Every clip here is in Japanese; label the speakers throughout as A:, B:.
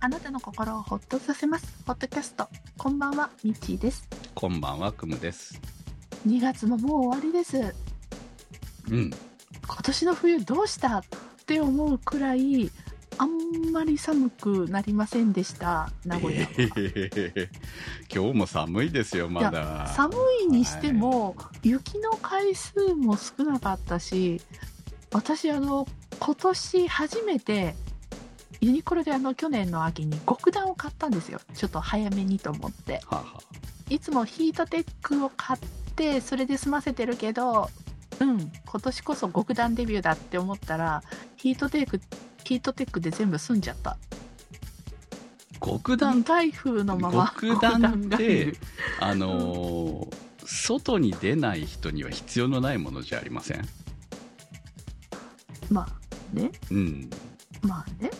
A: あなたの心をほっとさせます。ポッドキャスト。こんばんは、ミッチーです。
B: こんばんは、くむです。
A: 2月ももう終わりです。
B: うん。
A: 今年の冬どうしたって思うくらい、あんまり寒くなりませんでした、名古屋。
B: えー 今日も寒いですよ、まだ。
A: 寒いにしても、雪の回数も少なかったし私あの今年初めてユニクロであの去年の秋に極暖を買ったんですよちょっと早めにと思って
B: はあはい
A: つもヒートテックを買ってそれで済ませてるけどうん今年こそ極暖デビューだって思ったらヒートテックヒートテックで全部済んじゃった
B: あ極暖、
A: 台風のまま
B: 極暖っ
A: がい
B: て
A: る、
B: あのー外に出ない人には必要のないものじゃありません。
A: まあね
B: うん。
A: まあね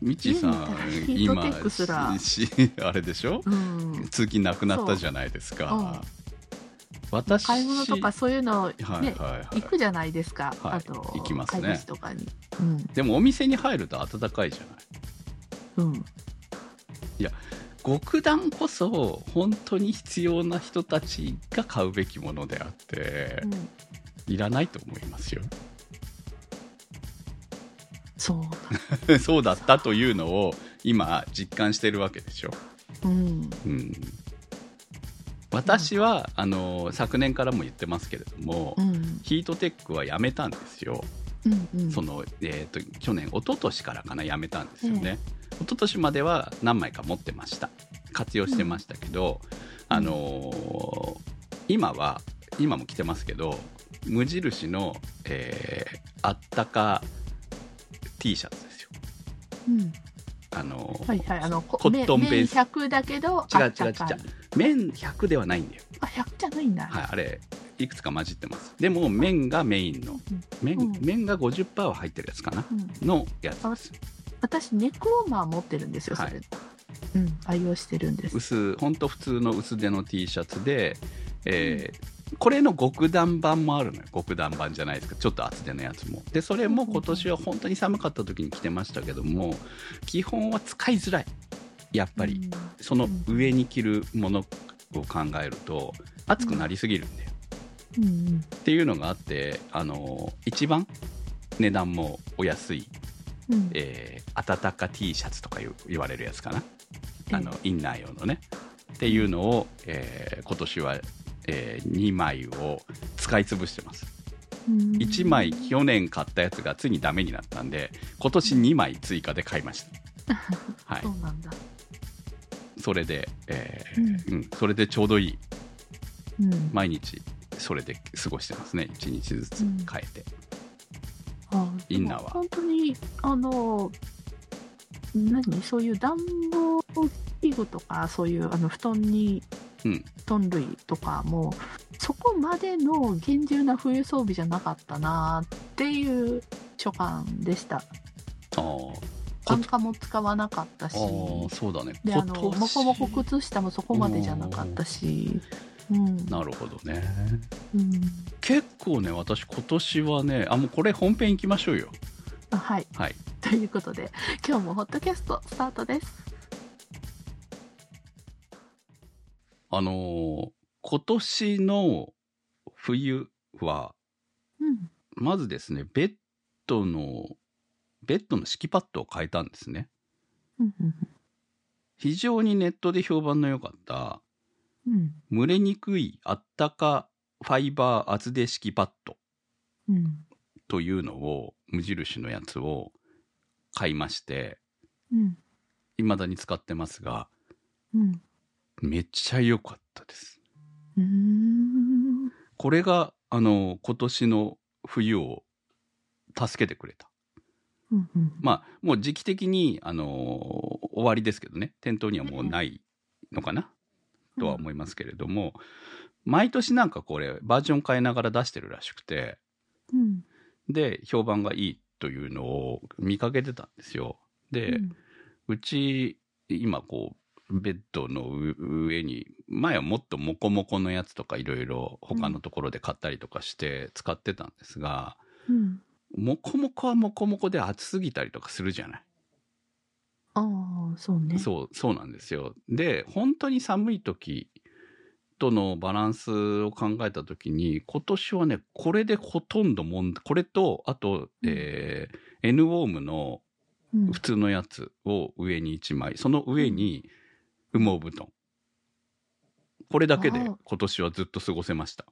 B: みちさん、
A: 家にいたらヒートテックすら
B: 今、し あれでしょ
A: うん
B: 通勤なくなったじゃないですか。私、
A: 買い物とかそういうの、ね
B: はいはいはい
A: 行くじゃないですか、
B: はい
A: あと
B: 行きますね
A: 会議室とかに、うん
B: でもお店に入ると暖かいじゃない。
A: うん、
B: 極暖こそ本当に必要な人たちが買うべきものであって、
A: うん、
B: いらないと思いますよ
A: そう
B: そうだったというのを今実感してるわけでしょ、
A: だ、うん、
B: うん、私は、あの昨年からも言ってますけれども、
A: うん、
B: ヒートテックはやめたんですよ、
A: うん、うん、
B: その、えー、と去年一昨年からかなやめたんですよね、一昨年までは何枚か持ってました活用してましたけど、あのー今は今も着てますけど無印の、えーあったか T シャツですよ
A: うん、
B: あのー
A: はいはい、あの、コ
B: コットンベース
A: 100だけど、
B: 違う
A: あったかい
B: 違う違綿100ではないんだよ、
A: あ、100じゃないんだ。
B: はい、あれいくつか混じってますでも綿がメインの
A: うん
B: 綿,、
A: うん
B: 綿が50%は入ってるやつかな
A: うん、
B: のやつです
A: 私、ネックウォーマー持ってるんですよ、それ。
B: はい
A: うん、愛用してるんです。
B: 薄本当普通の薄手の T シャツで、えーこれの極暖版もあるのよ極暖版じゃないですかちょっと厚手のやつもでそれも今年は本当に寒かった時に着てましたけども基本は使いづらいやっぱり、その上に着るものを考えると暑くなりすぎるんだよ、
A: うん、うん、うん
B: っていうのがあってあの一番値段もお安い、
A: うん、
B: えー、暖か T シャツとか言う言われるやつかなあの
A: え
B: インナー用のねっていうのを、えー今年は、え2枚を使い潰してます
A: うん
B: 1枚去年買ったやつがついにダメになったんで今年2枚追加で買い ましたは
A: そうなんだ。
B: いそれで、えーうんそれでちょうどいい
A: うん、
B: 毎日それで過ごしてますね1日ずつ変えて、
A: あ
B: インナーは
A: 本当にあの何そういう暖房器具とかそういうあの布団に、
B: うん
A: 布団類とかもそこまでの厳重な冬装備じゃなかったなっていう所感でした
B: あー
A: 安価も使わなかったし
B: あーそうだね
A: であのもこもこ靴下もそこまでじゃなかったしうん
B: なるほどね
A: うん
B: 結構ね私今年はねあもうこれ本編行きましょうよ
A: あはい
B: はい
A: ということで今日もホットキャストスタートです
B: あのー今年の冬は、
A: うん
B: まずですね、ベッドの、ベッドの敷きパッドを変えたんですね。
A: うんうん
B: 非常にネットで評判の良かった、
A: うん
B: 蒸れにくいあったかファイバー厚手敷きパッド
A: うん
B: というのを、無印のやつを買いまして、
A: うん
B: 未だに使ってますが、
A: うん
B: めっちゃ良かったです。
A: うーん
B: これが、あのー今年の冬を助けてくれた。
A: うんうん
B: まあ、もう時期的に、あのー終わりですけどね、店頭にはもうないのかな、とは思いますけれども、毎年なんかこれ、バージョン変えながら出してるらしくて、
A: うん
B: で、評判がいいというのを見かけてたんですよ。で、う
A: うん
B: ち、今こう、ベッドのう上に、前はもっとモコモコのやつとかいろいろ他のところで買ったりとかして使ってたんですが、
A: うん
B: モコモコはモコモコで暑すぎたりとかするじゃない。
A: ああん、そうね。
B: そう、そうなんですよ。で、本当に寒い時とのバランスを考えた時に、今年はね、これでほとんどもん、これと、あと、えー N ウォームの
A: うん
B: 普通のやつを上に1枚、その上に羽毛布団。これだけで
A: ああ
B: 今年はずっと過ごせました。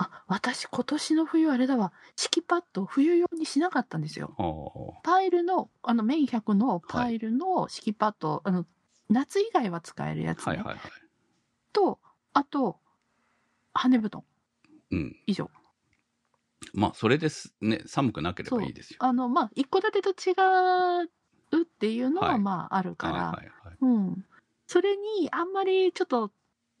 A: あ、私今年の冬あれだわ、敷きパッドを冬用にしなかったんですよ。
B: ああ
A: パイルの、あの、メイン100のパイルの敷きパッド、あの、夏以外は使えるやつ、ね
B: はいはいはい。
A: と、あと、羽布団
B: うん。
A: 以上。
B: まあ、それですね、寒くなければいいですよ。
A: あの、まあ、一戸建てと違うっていうのは、
B: はい
A: まあ、あるから、
B: はいはいはい。
A: うん。それに、あんまりちょっと、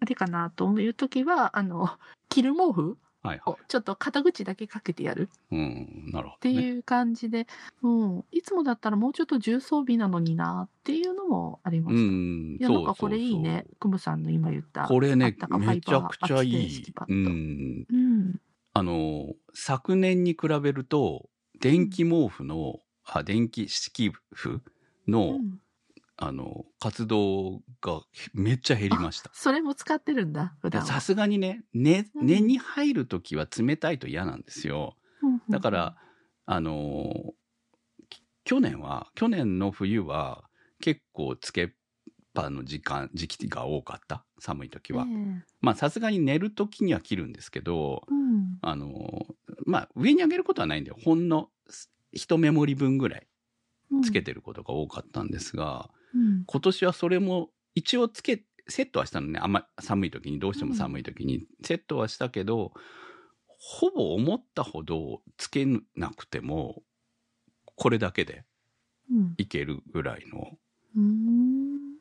A: あれかなというときは、あの、着る毛布
B: はいは
A: をちょっと肩口だけかけてやるっ
B: い。うん、なるほ
A: て
B: ど、ね。
A: いう感じで、うん。いつもだったらもうちょっと重装備なのになっていうのもありま
B: う
A: した。い
B: ん、
A: や、なんかこれいいね。クムさんの今言った。
B: これ
A: あっ
B: ね
A: たか、ファ
B: め
A: イ
B: ちゃ
A: バ
B: く
A: ー
B: ちゃい
A: 厚手敷
B: い
A: きパ。
B: う
A: ッド
B: ん。
A: うん。
B: あの、昨年に比べると、電気毛布の、あ、電気敷布の、
A: うん
B: あの、活動がめっちゃ減りました。
A: それも使ってるんだ、普段は
B: さすがにね、寝、
A: うん
B: 寝に入るときは冷たいと嫌なんですよ。
A: うんうん
B: だから、あのーき去年は、去年の冬は結構つけっぱの時間、時期が多かった。寒い時は。
A: ええ
B: まあさすがに寝る時には切るんですけど、
A: うん。
B: あのーまあ上に上げることはないんだよ。ほんのす一メモリ分ぐらい
A: うん
B: つけてることが多かったんですが、
A: うん
B: 今年はそれも一応つけ、セットはしたのね。あんま寒い時に、どうしても寒い時に、セットはしたけど、ほぼ思ったほどつけなくても、これだけで
A: うん
B: いけるぐらいの。
A: うーん。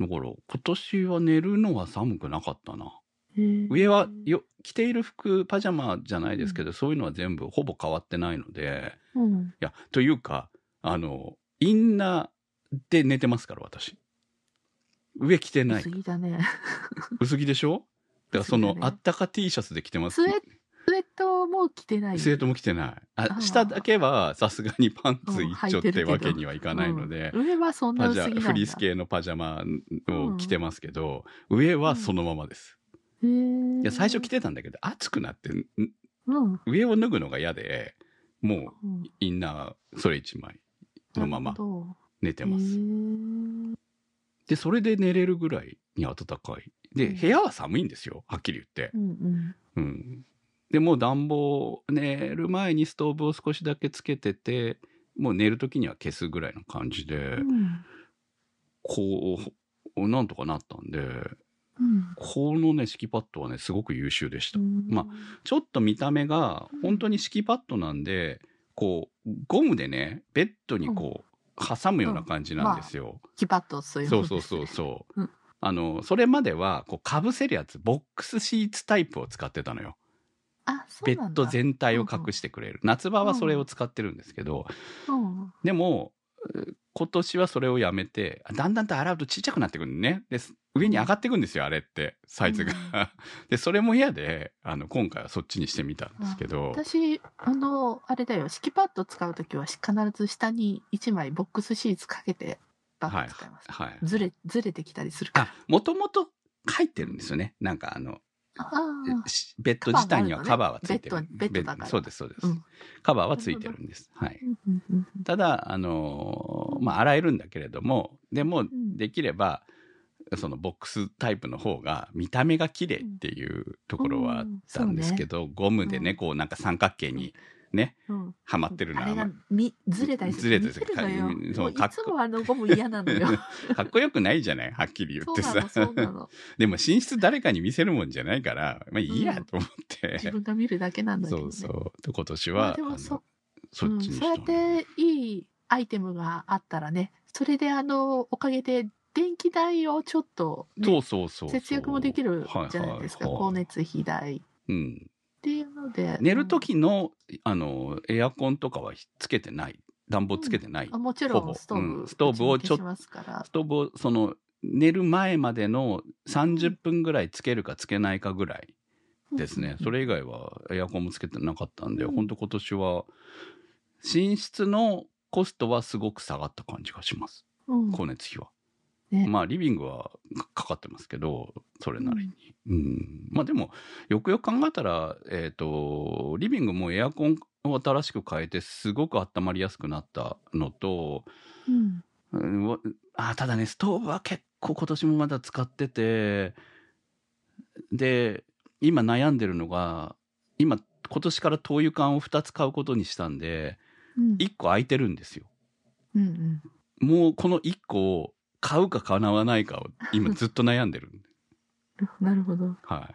B: だから、今年は寝るのは寒くなかったな。
A: 上
B: 上はよ着ている服、パジャマじゃないですけど、そういうのは全部ほぼ変わってないので、
A: うん、
B: いや、というか、あの、インナーで寝てますから、私。上着てない
A: 薄。着だね。
B: 薄着でしょだからその、
A: 薄着だね
B: あったか T シャツで着てます。
A: スウェッスウェットも着てない。
B: スウェットも着てない。
A: あ
B: あ、
A: ー
B: 下だけはさすがにパンツ
A: うん
B: 一丁
A: 履
B: っ
A: いてる
B: て
A: けど
B: わけにはいかないので、
A: うん上はそんな
B: パ
A: 薄
B: ジ
A: 着なん
B: ャ、
A: だ。
B: フリース系のパジャマを着てますけど、上はそのままです。
A: へー
B: いや、最初着てたんだけど、暑くなって、ん
A: うん。
B: 上を脱ぐのが嫌で、もう
A: うん
B: インナー、それ一枚のま
A: な
B: ま
A: るほど
B: 寝てます
A: へ。ー
B: で、それで寝れるぐらいに暖かい。で、
A: うん
B: 部屋は寒いんですよ、はっきり言って
A: う。ん
B: うん。で、もう暖房、寝る前にストーブを少しだけつけてて、もう寝る時には消すぐらいの感じで、
A: うん。うん
B: こう、なんとかなったんで、
A: うん
B: このね、敷きパッドはね、すごく優秀でした。
A: うん
B: まちょっと見た目が
A: うん、
B: 本当に敷きパッドなんで、こう、ゴムでね、ベッドにこう、挟むような感じなんですよ。
A: キバッとそういう
B: そ
A: も
B: うんそう
A: です
B: そ
A: ね
B: うそう。
A: うん
B: あの、それまでは、こう、かぶせるやつ、ボックスシーツタイプを使ってたのよ。
A: あ、そう
B: ベ
A: な
B: ッ
A: ん
B: ド
A: だ。
B: 全体を隠してくれる。夏場はそれを使ってるんですけど、
A: うん
B: でも、う今年はそれをやめて、だんだんと洗うとちっちゃくなってくるのね。で、上に上がってくんですよ、あれって、サイズが。 で、それも嫌で、あの、今回はそっちにしてみたんですけど、
A: 私、あの、あれだよ、敷きパッド使うときは必ず下に1枚ボックスシーツかけて、バッと使います。
B: はい。
A: ずれ、ずれてきたりするから
B: あ。、もともと書いてるんですよね。なんかあの、
A: ああ。
B: しベッド自体にはカ
A: カ
B: バ
A: バ
B: ー
A: ー
B: は
A: は
B: つ
A: あ
B: い
A: るのね
B: てる。
A: ベッドベッドだから
B: そうです、そうです、
A: うん
B: カバーはついてるんです。はい。
A: うんうんうんうん
B: ただ、あのーまあ、洗えるんだけれども、でも、
A: ん
B: できれば、そのボックスタイプの方が見た目が綺麗っていうところはあったんですけど、ゴムでね、
A: うん
B: こうなんか三角形にね、
A: うん
B: はまってるの
A: あ
B: は
A: れ
B: ま
A: がみずれたりする。
B: ずれたりする
A: 見てるの
B: かうん
A: よ。
B: そう
A: もうい
B: かっこ
A: つもあのゴム嫌なのよ。
B: あかっこよくないじゃないはっきり言
A: そう
B: って
A: なの、
B: さ。
A: そうなの。
B: でも寝室誰かに見せるもんじゃないから、まあいいやと思っ
A: 自
B: て。
A: 分が見るだけなんだけ
B: そ
A: ど、ね。
B: うそう。で今年
A: ま
B: は
A: あ、で
B: あ
A: も
B: の
A: そ
B: そ,、、
A: う
B: っ
A: ん、
B: ちにし
A: そう
B: た
A: や
B: の
A: っていいアイテムがあったらね、それであの、おかげで電気代をちょっとね、
B: そうそうそうそう。
A: 節約もできるじゃないですか。
B: はは
A: 光
B: は
A: 熱費代っ
B: うん。
A: ていうので。
B: 寝る
A: うん
B: 時の、あの、エアコンとかはつけてない。暖房つけてない。
A: あもち
B: ほ
A: ろ
B: ぼ
A: んストーブ、
B: うんストーブをちょっ
A: うち
B: と
A: も消しますから
B: ス。トーブを、その、寝る前までの30分ぐらいつけるかつけないかぐらいですね。それ以外はエアコンもつけてなかったんで、
A: うん
B: 本当今年は、寝室のコストはすごく下がった感じがします。
A: うん、うん
B: 光熱費は。
A: ね
B: まあリビングはかかってますけどそれなりに、うんまあでもよくよく考えたら、えっとリビングもエアコンを新しく変えてすごく温まりやすくなったのと、
A: うん
B: うんわあただねストーブは結構今年もまだ使っててで今悩んでるのが今今年から灯油管を2つ買うことにしたんで
A: うん
B: 1個空いてるんですよ。
A: うんうん
B: もうこの1個を買うか買わないかを今ずっと悩んでる。
A: なるほど
B: は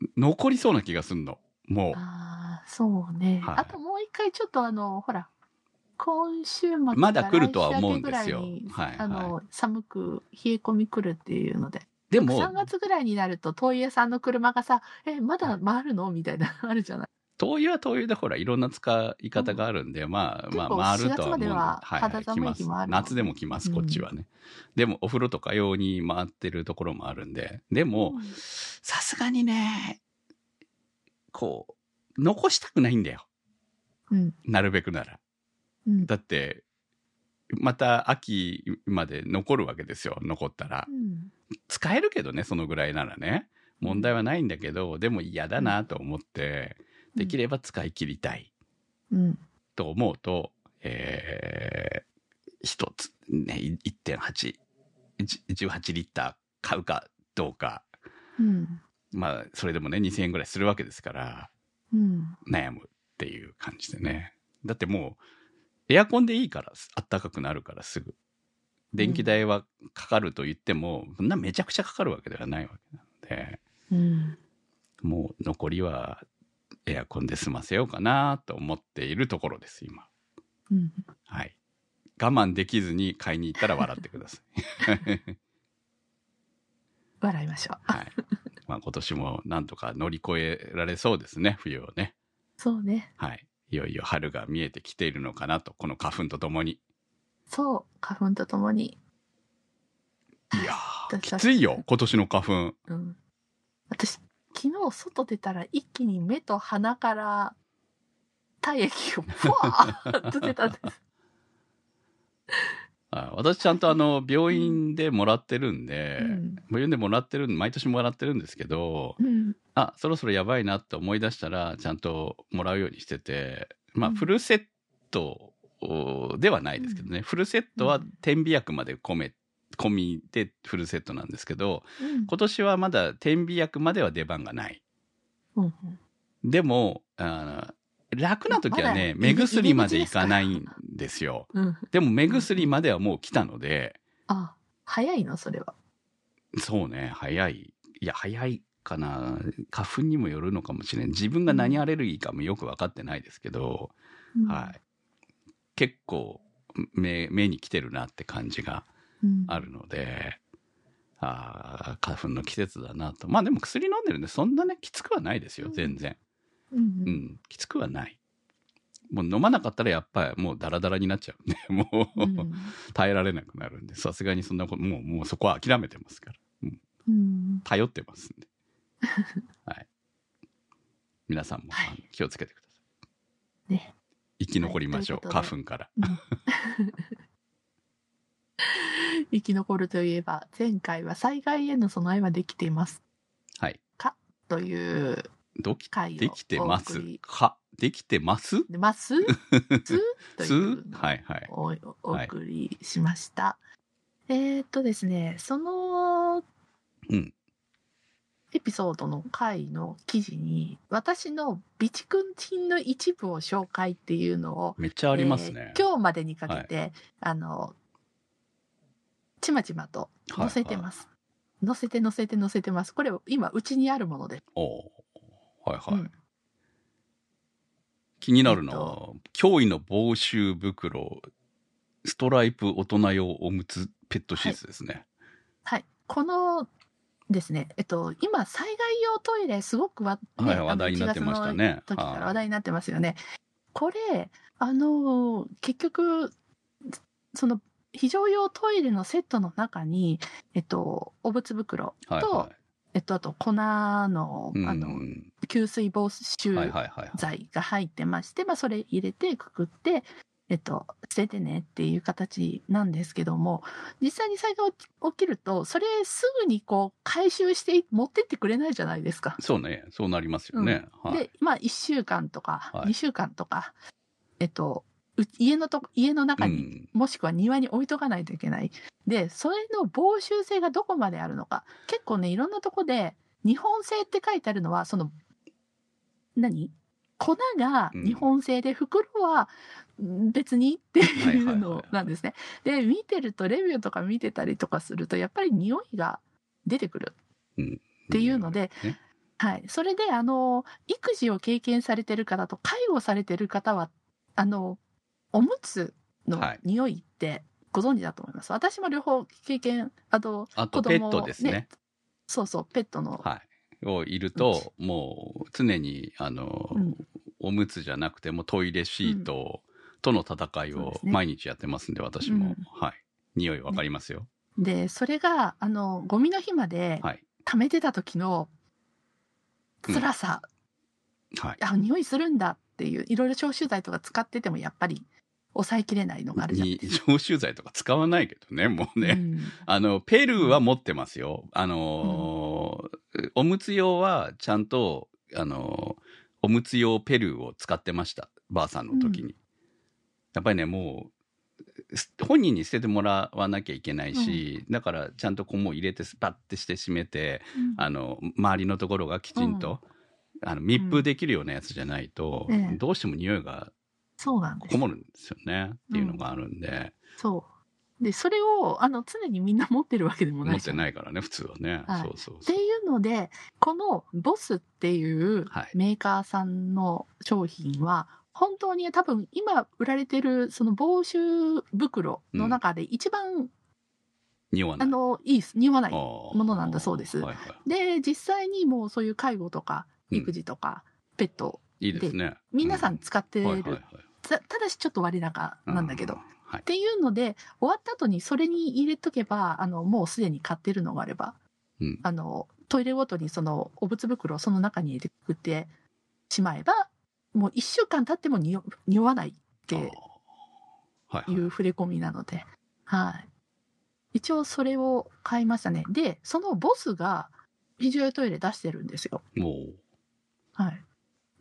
B: い。残りそうな気がすんの。も
A: ああそうね、
B: はい
A: あともう一回ちょっとあのほら今週末か
B: まだ来るとは思うんです
A: 来
B: よ
A: 週明けぐ
B: は
A: ら
B: い
A: にあの寒く冷え込み来るっていうので
B: う。で
A: 3
B: も、
A: 月ぐらいになると灯油屋さんの車がさ「えまだ回るの?」みたいな あるじゃない
B: 灯油は灯油でほら、いろんな使い方があるんで、まあ、ま
A: 結構
B: あ、回るとは思うんで。
A: 4月までは肌
B: 来
A: 寒い
B: ます
A: 日もあるもんね
B: 夏でも来ます、こっちはね。でも、お風呂とか用に回ってるところもあるんで。でも、
A: うん
B: さすがにね、こう、残したくないんだよ。
A: うん
B: なるべくなら。
A: うん
B: だって、また秋まで残るわけですよ、残ったら
A: う。ん
B: 使えるけどねそのぐらいならね問題はないんだけどでも嫌だなと思って、できれば使い切りたい
A: うん
B: と思うとえー、1つね1.818リッター買うかどうか
A: うん
B: まあそれでもね2,000円ぐらいするわけですから
A: うん
B: 悩むっていう感じでねだってもうエアコンでいいからあったかくなるからすぐ電気代はかかると言っても、そんなめちゃくちゃかかるわけではないわけなので。
A: うん
B: もう残りはエアコンで済ませようかなと思っているところです、今。
A: うん
B: はい。我慢できずに買いに行ったら笑ってください。
A: 笑いましょう
B: はい。まあ今年もなんとか乗り越えられそうですね、冬をね。
A: そうね
B: はい。いよいよ春が見えてきているのかなと、この花粉とともに。
A: そう花粉とともに、
B: いやー、
A: 私
B: き
A: は
B: ついよ、今年の花粉。
A: うん、私昨日外出たら一気に目と鼻から体液をふわーっと出たんです
B: あ私ちゃんとあの、病院でもらってるんで、
A: うん
B: 病院でもらってるん毎年もらってるんですけど、
A: うん
B: あそろそろやばいなって思い出したらちゃんともらうようにしててまあ
A: うん
B: フルセットおではないですけどね、フルセットは
A: うん
B: 点鼻薬まで込め込みでフルセットなんですけど
A: うん
B: 今年はまだ点鼻薬までは出番がない
A: うん
B: でもあー楽な時はね、
A: まだ
B: 目薬までいかないんですよ
A: うん
B: でも目薬まではもう来たので
A: あ早いのそれは
B: そうね早いいや早いかな花粉にもよるのかもしれない自分が何アレルギーかもよく分かってないですけど、はい、結構目目に来てるなって感じが
A: い、うん
B: あるので、あー花粉の季節だなとまあでも薬飲んでるんでそんなねきつくはないですよ
A: うん
B: 全然、
A: うん
B: うん
A: うん
B: きつくはないもう飲まなかったらやっぱりもうダラダラになっちゃうんでもう、
A: うん
B: 耐えられなくなるんでさすがにそんなこともうもうそこは諦めてますから
A: うん
B: 頼ってますんではい皆さんも、
A: はい
B: あの気をつけてください
A: ね
B: 生き残りましょう,、
A: はいということで
B: 花粉から
A: 生き残るといえば前回は災害への備えはできています
B: はい
A: という
B: どき
A: 回を
B: できてます
A: お送り
B: かできてます
A: でます つと
B: つ
A: いうのを
B: はいはい
A: おお送りしました。えーっとですね、その
B: うん
A: エピソードの回の記事に、私の備蓄品の一部を紹介っていうのを、
B: めっちゃありますね、
A: えー今日までにかけて、あの、ちまちまと載せてますす。載せて載せて載せてます。これ今、うちにあるものです。
B: おーはいはい、
A: うん
B: 気になるの
A: えっ
B: は、驚異の防臭袋ストライプ大人用おむつペットシーツですね、
A: はい。このですね、えっと、今、災害用トイレ、すごくわ、
B: はい
A: あの
B: 話題になってましたね
A: 1月の時から話
B: はい
A: 題になってますよね。これ、あのー、結局、その、非常用トイレのセットの中に、えっと、お物袋と、
B: はいは
A: えっと、あと、粉の、
B: い
A: あ
B: う
A: の、
B: ん
A: 吸水防臭
B: はいはいはいはい
A: 剤が入ってまして、まあ、それ入れてくくって、えっと、捨ててねっていう形なんですけども、実際に災害が起き起きると、それすぐにこう回収して持ってってくれないじゃないですか。
B: そうね、そうなりますよね。はい。
A: で、まあ1週間とか、
B: はい
A: 2週間とか、えっと、う家のとこ、家の
B: う
A: 中に、
B: ん、
A: もしくは庭に置いとかないといけない。で、それの防臭性がどこまであるのか。結構ね、いろんなとこで、日本製って書いてあるのは、その、何粉が日本製で、袋はうん別にっていう
B: はいはいはい
A: のなんですね。で、見てると、レビューとか見てたりとかすると、やっぱり匂いが出てくるっていうので、
B: ね
A: はい。それで、あの、育児を経験されてる方と介護されてる方は、あの、おむつの
B: はい
A: 匂いってご存知だと思います。私も両方経験、あと、
B: あ
A: 子
B: とペ
A: 供
B: ットですね。
A: そうそう、ペットの、
B: はい。をいると、もう常に、あの、
A: うん
B: おむつじゃなくてもトイレシートとの戦い
A: そうで
B: を
A: すね
B: 毎日やってますんで、私
A: う
B: も、
A: ん
B: はい。匂いわかりますよ。
A: で、それが、あの、ゴミの日まで
B: はい。
A: 溜めてた時の
B: うん
A: 辛さ、
B: はい。
A: あ、匂いするんだっていう、いろいろ消臭剤とか使ってても、やっぱり抑えきれないのがあるじゃん。
B: に消臭剤とか使わないけどね、もう
A: う
B: ね。
A: ん
B: あの、ペルーは持ってますよ。あのーおむつ用はちゃんと、あのーおむつ用ペルーを使ってました。ばあさんの時に。やっぱりね、もう、す本人に捨ててもらわなきゃいけないし、だからちゃんとこうもう入れてスパッてして閉めて、あの、周りのところがきちんと、あの密封できるようなやつじゃないと、
A: ええ
B: どうしても匂いが
A: そうなんです
B: こ。もるんですよね、っていうのがあるんで、
A: そう。で、それを、あの、常にみんな持ってるわけでもない
B: 持っ
A: じゃ
B: て
A: ん
B: ないからね普通はね、
A: はい
B: そうそう
A: っ
B: そ
A: てい
B: う
A: うので、このボスっていう
B: はい
A: メーカーさんの商品は、本当に多分今売られてるその防臭袋の中で一番、
B: 匂わな
A: あ
B: い
A: の、いいです。匂わない。
B: も
A: のなんだそうです
B: はいは
A: で、実際にもうそういう介護とか、
B: うん
A: 育児とか、ペット、
B: い、いいですね。
A: 皆さん使って
B: う
A: る。
B: はいはいはい
A: たただしちょっと割高なんだけど。
B: う
A: っ
B: はい、
A: ていうので、終わった後にそれに入れとけば、あの、もうすでに買ってるのがあれば、
B: うん
A: あの、トイレごとにそのお物袋をその中に入れてくってしまえば、もう一週間経ってもにお匂わないって
B: あーはい
A: い
B: は
A: う触れ込みなので、はい。一応それを買いましたね。で、そのボスが非常用トイレ出してるんですよ。
B: い、も
A: はい。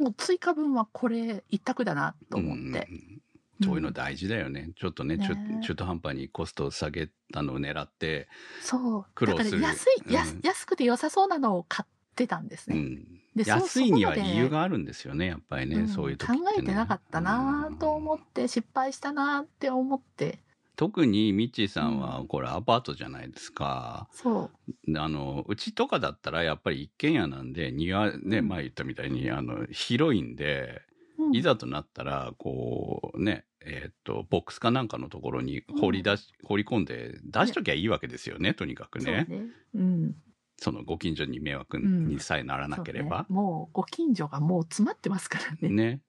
A: もう追加分はこれ一択だな
B: う
A: と思って。
B: んんうんそういうの大事だよね。ちょっとね
A: ね
B: ちょ中途半端にコストを下げたのを狙って、
A: そう。
B: 苦労
A: だから
B: する
A: 安
B: うん
A: い、安安くて良さそうなのを買ってたんです
B: う
A: ね。
B: ん、
A: でそう
B: 安いには
A: そこまで
B: 理由があるんですよねやっぱりね、
A: うん
B: そういう時
A: 考
B: って、ね、
A: えてなかったなと思
B: う
A: っ
B: ん
A: て、失敗したなって思って、
B: 特にミッチーさんはこれアパートじゃないですか。
A: そう。
B: あのうちとかだったらやっぱり一軒家なんで庭ね、
A: うん
B: 前言ったみたいにあの広いんで
A: うん
B: いざとなったらこうねえーっとボックスかなんかのところに放り出し、放り込んで出しときゃいいわけですよねとにかく
A: そう
B: ね
A: ね。うん。
B: そのご近所に迷惑
A: ん
B: にさえならなければ
A: そうね、もうご近所がもう詰まってますからね。
B: ね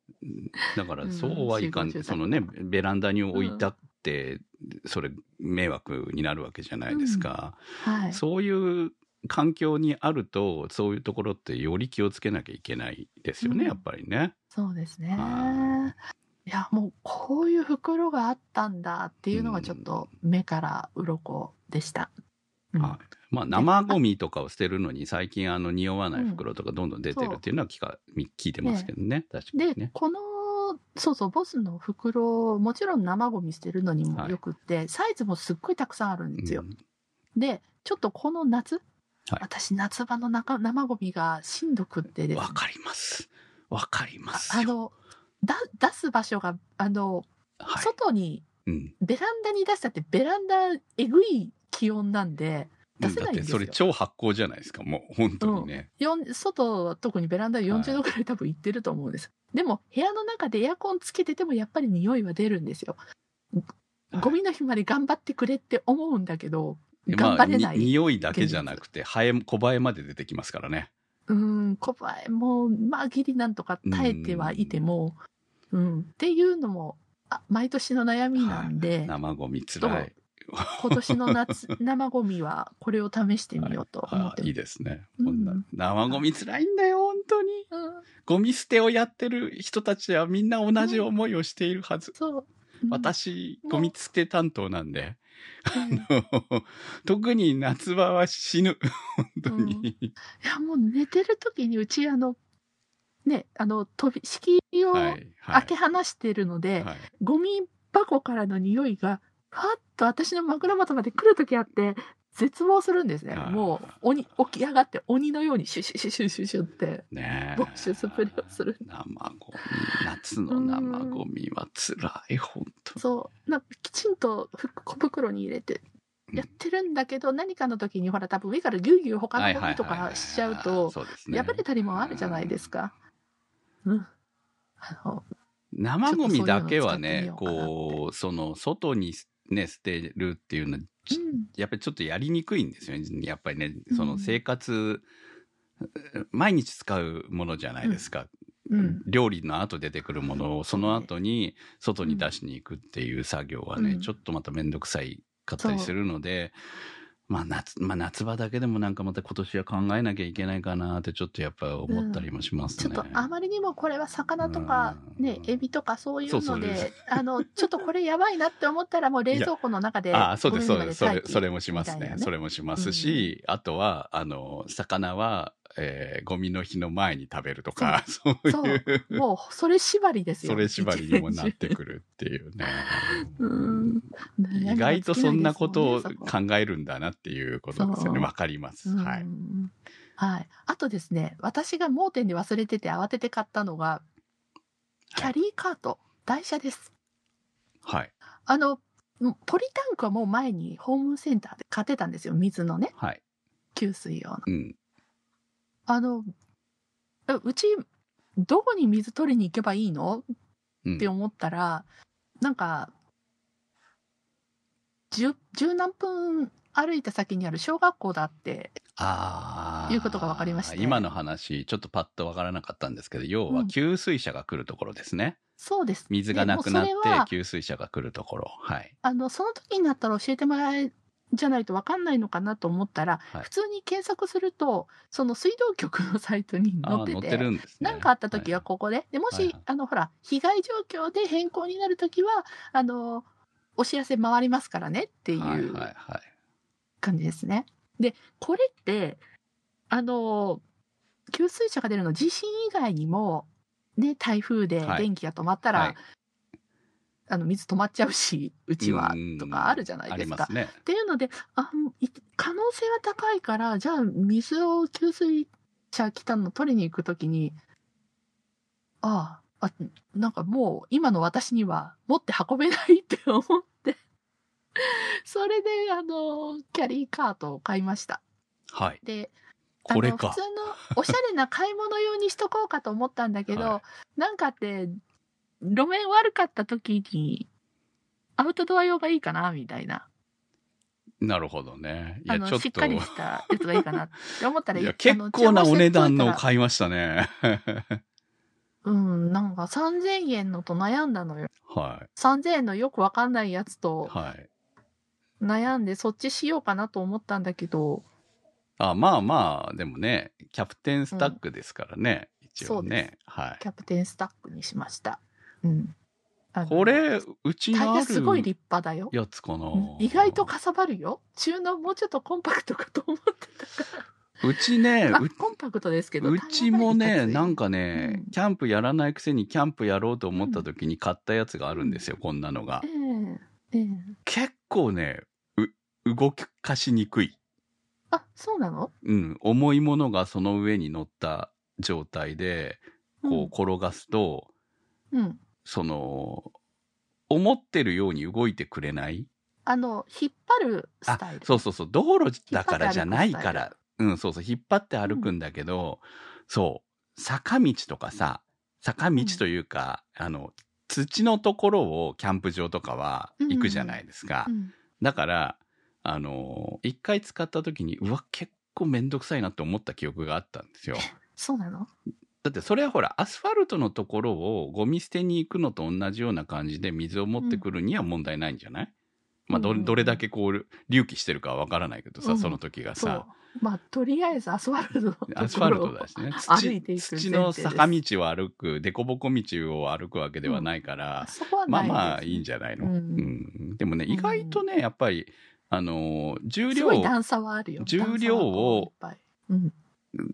B: だからそうはいか
A: う
B: ん、
A: ん集合住宅
B: そのねベランダに置いたって、それ迷惑になるわけじゃないですか、
A: はい。
B: そういう環境にあるとそういうところってより気をつけなきゃいけないですよ
A: う
B: ね、
A: ん
B: やっぱりね。
A: そうですね
B: はい
A: やもうこういう袋があったんだっていうのがちょっと目から鱗でした、うん
B: はいまあ、生ゴミとかを捨てるのに最近あの匂わない袋とかどんどん出てるっていうのは聞か、聞いてますけどね確か
A: で
B: にね。
A: このそうそうボスの袋もちろん生ゴミ捨てるのにもよくって、サイズもすっごいたくさんあるんですよ、
B: うん
A: でちょっとこの夏、
B: はい
A: 私夏場の中生ゴミがしんどくってですね
B: わ、かりますわかりま
A: あ
B: す
A: あ
B: よ。
A: のだ出す場所があの、
B: はい
A: 外に
B: うん
A: ベランダに出したってベランダえぐい気温なんで出せないん
B: だっ
A: で
B: て
A: すよ
B: それ超発酵じゃないですかもう本当にね。
A: よん外は特にベランダで
B: はい
A: 40度くらい多分行ってると思うんです、でも部屋の中でエアコンつけててもやっぱり匂いは出るんですよ
B: はい
A: ゴミの日まで頑張ってくれって思うんだけど、
B: で
A: 頑張れ
B: ま
A: な
B: あ
A: い、
B: に匂いだけじゃなくてハエ小バエまで出てきますからね。
A: うーん小林もうまあギリなんとか耐えてはいてもうん、っていうのもあ毎年の悩みなんで、
B: 生ゴミつらい。
A: 今年の夏生ゴミはこれを試してみようと思
B: あ
A: ってます
B: いいですね。
A: うん
B: こんな生ゴミつらいんだよ本当に。
A: うん
B: ゴミ捨てをやってる人たちはみんな同じ思いをしているはず。
A: そううん
B: 私、
A: うん
B: ゴミ捨て担当なんで、
A: うんい
B: 特に夏場は死ぬ。本当に。
A: やもう寝てる時にうちあのねあの飛び敷居を
B: は
A: 開
B: い。はい。
A: け放してるので、
B: はい
A: ゴミ箱からの匂いがパッと私の枕元まで来る時あって絶望するんですね
B: あー
A: もう鬼起き上がって鬼のようにシュシュシュシュシュシュって
B: ねえ。
A: ボッシュスプレーをする
B: 生ゴミ、夏の生ゴミは辛い、本当に。
A: そうなんかきちんとふ小袋に入れて
B: うん
A: やってるんだけど、何かの時にほら多分上からぎゅうぎゅう他
B: はい
A: のゴ
B: はい
A: ミと
B: はいは
A: か
B: い
A: しちゃうと
B: そうですね
A: 破れたりもあるじゃないですか。うん、あの
B: 生ゴミだけは
A: ち
B: ね
A: ょっ、とそういうのを使ってみようかなって
B: こう、その、外にね、捨てるっていうのは、
A: う
B: じ
A: ん
B: やっぱりちょっとやりにくいんですよね。やっぱりね
A: う、ん
B: その生活、毎日使うものじゃないですか。
A: うん
B: 料理の後出てくるものを、その後に外に出しに行くっていう作業はね、
A: うん
B: ちょっとまためんどくさいかったりするので、まあ夏、まあ夏場だけでもなんかまた今年は考えなきゃいけないかなってちょっとやっぱ思ったりもします
A: ちょっ
B: ね。
A: とあまりにもこれは魚とか、
B: うん
A: ね、エビとかそういう
B: そうそ
A: の
B: うです
A: で、あの、ちょっとこれやばいなって思ったらもう冷蔵庫の中で。
B: ああ、そうです、そうです。
A: ゴミ
B: そ
A: ま
B: れ、それも
A: 待
B: し
A: 機
B: ます
A: みたい
B: ね
A: な。
B: それもしますし、あとは、あの、魚は、えーゴミの日の前に食べるとか、 そう
A: そう
B: いう、
A: もう、それ縛りですよ。
B: それ縛りにもなってくるっていうね。
A: うん
B: 意外とそんなことを
A: 悩みが尽きないですもんねそこ
B: 考えるんだなっていうことですよ
A: そ
B: ね。
A: う
B: わかります。は
A: う
B: い。
A: んはい。あとですね、私が盲点で忘れてて慌てて買ったのが、キャリーカート、台車です。
B: はい。
A: あの、ポリタンクはもう前にホームセンターで買ってたんですよ。水のね、
B: はい。
A: 給水用の。
B: うん。
A: あの、えうち、どこに水取りに行けばいいの
B: うん
A: って思ったら、なんか、十、十何分歩いた先にある小学校だって、
B: ああ。
A: いうことがわかりましたね
B: 今の話、ちょっとパッとわからなかったんですけど、要
A: う
B: は
A: ん
B: 給水車が来るところですね。
A: そうです。
B: 水がなくなっ
A: でもうそれ
B: て
A: は、
B: 給水車が来るところ。はい。
A: あの、その時になったら教えてもらえ、じゃないとわかんないのかなと思ったら、
B: はい
A: 普通に検索すると、その水道局のサイトに
B: あ
A: 載
B: あ、
A: って、
B: 乗っててるんですね。
A: 何かあった時はここで、でもし、
B: はいはい
A: あのほら被害状況で変更になる時はあのお知らせ回りますからねってい
B: はいうはいはい。
A: 感じですね。でこれってあの給水車が出るの地震以外にもね台風で
B: はい
A: 電気が止まったら、
B: はい
A: あの水止まっちゃうしうちは
B: うん
A: とかあるじゃないですか
B: あ。りますね。
A: っていうのであい可能性は高いからじゃあ水を給水車来たの取りに行くときにあああなんかもう今の私には持って運べないって思ってそれであのキャリーカートを買いました
B: はい。
A: であの
B: これ
A: 普
B: か
A: 通。のおしゃれな買い物用にしとこうかと思ったんだけど、
B: は
A: なんかって路面悪かった時にアウトドア用がいいかなみたいな
B: なるほどね。い
A: あ
B: や、ちょ
A: の、
B: っ
A: しっ
B: と
A: か。りしたやつがいいかなって思ったら、
B: いや
A: あの
B: 結構なお値段のを。
A: 注文して
B: 買いましたね。
A: おいたらうん、なんか3000円のと悩んだのよ。
B: は
A: 3000円のよくわかんないやつ
B: い。
A: と
B: はい。
A: 悩んで、そっちしようかなと思ったんだけど、
B: あまあまあ、でもね、キャプテンスタックですからね。一応ね。はい。
A: キャプテンスタックにしました。うん。あの
B: これ、うちに
A: タイ
B: あ
A: ヤすごい
B: る
A: 立派だよ。
B: やつかな
A: うん。意外とかさばるよ。中のもうちょっとコンパクトかと思って
B: うちね、
A: た。あ
B: う
A: コンパクトですけど。
B: うちもね、なん
A: か。
B: かね、
A: うん
B: キャンプやらないくせにキャンプやろうと思った時に買ったやつがあるんですよ、こんなのが
A: え。えええ
B: 結構ね、う、動かしにくい。
A: あ、そうなの
B: うん、重いものがその上に乗った状態で、こう転がすと、
A: うん。うん。
B: その、思ってるように動いてくれない
A: あの、引っ張るスタイル。
B: そうそうそう、道路だからじゃない
A: 引っ張
B: か
A: って歩
B: ら、うん、そうそう、引っ張って歩くんだけど、そう、坂道とかさ、坂道というか、あの、土のところをキャンプ場とかは行くじゃないですか。
A: うん
B: だから、あの、一回使った時に、うわ、結構めんどくさいなって思った記憶があったんで すよ。
A: そうなの
B: だってそれはほらアスファルトのところをゴミ捨てに行くのと同じような感じで水を持ってくるには問題ないんじゃない、まあど
A: うんう
B: れ
A: ん
B: どれだけこう隆起してるかはわからないけどさ、
A: うん
B: その時が
A: そう
B: さ
A: まあとりあえずアスファルトのところを
B: アスファルトだしね
A: 歩いていく前提
B: 土
A: です
B: 土の坂道を歩く凸凹道を歩くわけではないから、
A: そこは
B: ま
A: な
B: あ
A: いです
B: まあいいんじゃないの、
A: うん
B: うんでもね意外とねやっぱりあのー重
A: す
B: 量
A: ごい段差はあるよ
B: 重量を
A: 段差はあるいっぱい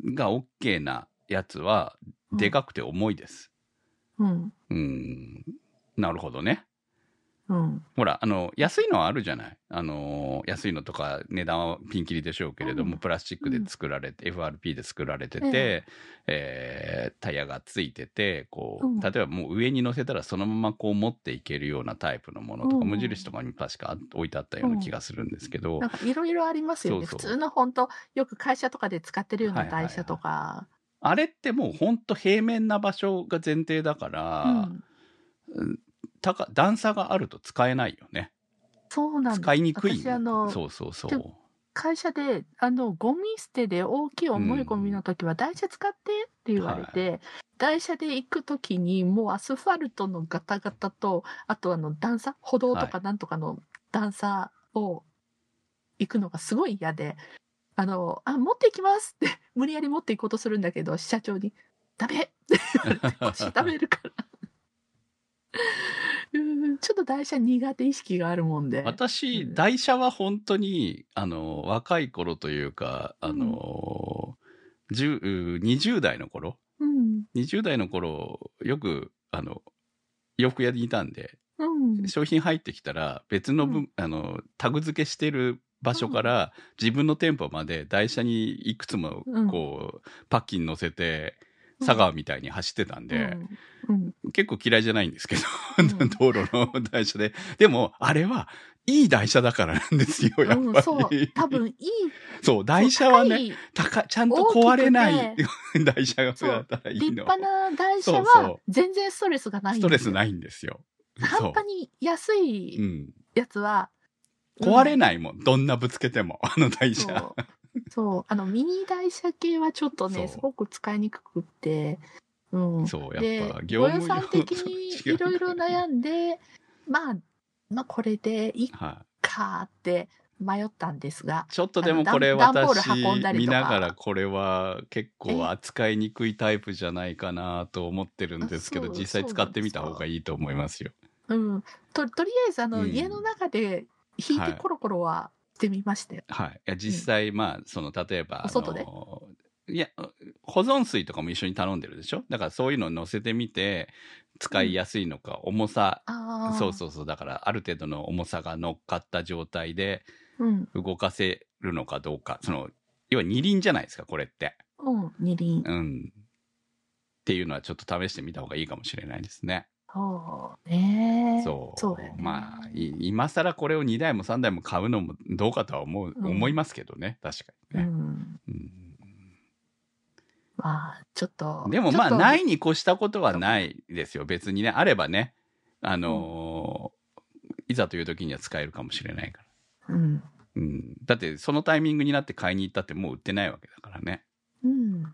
A: うん
B: が OK なやつは
A: うん
B: でかくて重いです。
A: うん
B: うん、なるほどね。
A: うん
B: ほら、あの、安いのはあるじゃないあの、安いのとか値段はピンキリでしょうけれど
A: う
B: も、
A: ん
B: プラスチックで作られて、FRP で作られてて、えータイヤがついてて、こう、
A: うん
B: 例えばもう上に乗せたらそのままこう持っていけるようなタイプのものとか、
A: うん
B: 無印とかに確か置いてあったような気がするんですけど、
A: なんかいろいろありますよね
B: そうそう
A: 普通の本当よく会社とかで使ってるような
B: はいはいはい
A: 台車とか、
B: あれってもうほんと平面な場所が前提だから、
A: うん
B: 高段差があると使えないよね。
A: そうなんです
B: 使いにくい。
A: 私あの
B: そうそうそ
A: ち
B: う。
A: 会社であのゴミ捨てで大きい重いゴミの時は台車使ってって言われて、台車で行く時にもうアスファルトのガタガタとあとあの段差歩道とかなんとかの段差を行くのがすごい嫌で「あのあ持って行きます」って 無理やり持って行こうとするんだけど社長に「ダメ!」って言われて腰痛めるから。 うんちょっと台車苦手意識があるもんで。
B: 私、
A: うん
B: 台車は本当に、あの、若い頃というか、あの、10 20代の頃、
A: うん、
B: 20代の頃、よく、あの、洋服屋にいたんで、
A: うん、
B: 商品入ってきたら、別の分、
A: う
B: あの、タグ付けしてる場所から、自分の店舗まで台車にいくつも
A: うん、
B: こう、パッキン乗せて、佐川みたいに走ってたんで、
A: うんうん
B: 結構嫌いじゃないんですけど、
A: うん
B: 道路の台車で。でも、あれは、いい台車だからなんですよ、やっぱり。
A: うん、そう多分いい
B: そう、台車はね、
A: そう
B: 高いちゃんと壊れな
A: 大
B: い
A: き
B: 台車が
A: そう
B: だったらい
A: 立
B: いの。
A: 派な台車
B: そうそ
A: は全然ストレスがない
B: ス
A: ん
B: ト
A: ですよ
B: レスないんですよ。
A: 半端に安
B: そう。う
A: い
B: ん。
A: やつは、
B: 壊れ
A: い
B: ないもん、どんなぶつけても、あの台
A: そ
B: 車。
A: うそうあのミニ台車系はちょっと
B: そう
A: ねすごく使いにくくってうん
B: そう、やっ
A: で
B: ぱ、業
A: ご予
B: 務
A: 算的にいろいろ悩んでまあまあこれでいい
B: は
A: かって迷ったんですが
B: い、ちょっとでもこれ
A: あの段段ボ
B: 私
A: ール運んだり
B: 見
A: とか
B: ながらこれは結構扱いにくいタイプじゃないかなと思ってるんですけど
A: あそう
B: 実際使ってみた方がいいと思いますよ。
A: うん、ととりあえずあの、
B: うん
A: 家の中で引い
B: は
A: て
B: い
A: コロコロはしてみましたよ。
B: はい、いや実際、まあその例えば
A: お外で
B: あのいや保存水とかも一緒に頼んでるでしょだからそういうのを乗せてみて使いやすいのか、重さ
A: ああ
B: そうそうそうだからある程度の重さが乗っかった状態で
A: う。うん
B: 動かせるのかどうかその要は二輪じゃないですかこれって、
A: うん二輪。
B: うん。っていうのはちょっと試してみた方がいいかもしれないですね。
A: そうね。
B: そう
A: そうだよね
B: まあい今更これを2台も3台も買うのもどうかとは思う、
A: うん
B: 思いますけどね確かに
A: う
B: ね。
A: ん。
B: うん
A: まあちょっと。
B: でもまあ
A: ちょっと
B: ないに越したことはないですよ別にねあればねあのーいざという時には使えるかもしれないから、
A: うん。
B: うん、だってそのタイミングになって買いに行ったってもう売ってないわけだからね
A: うん。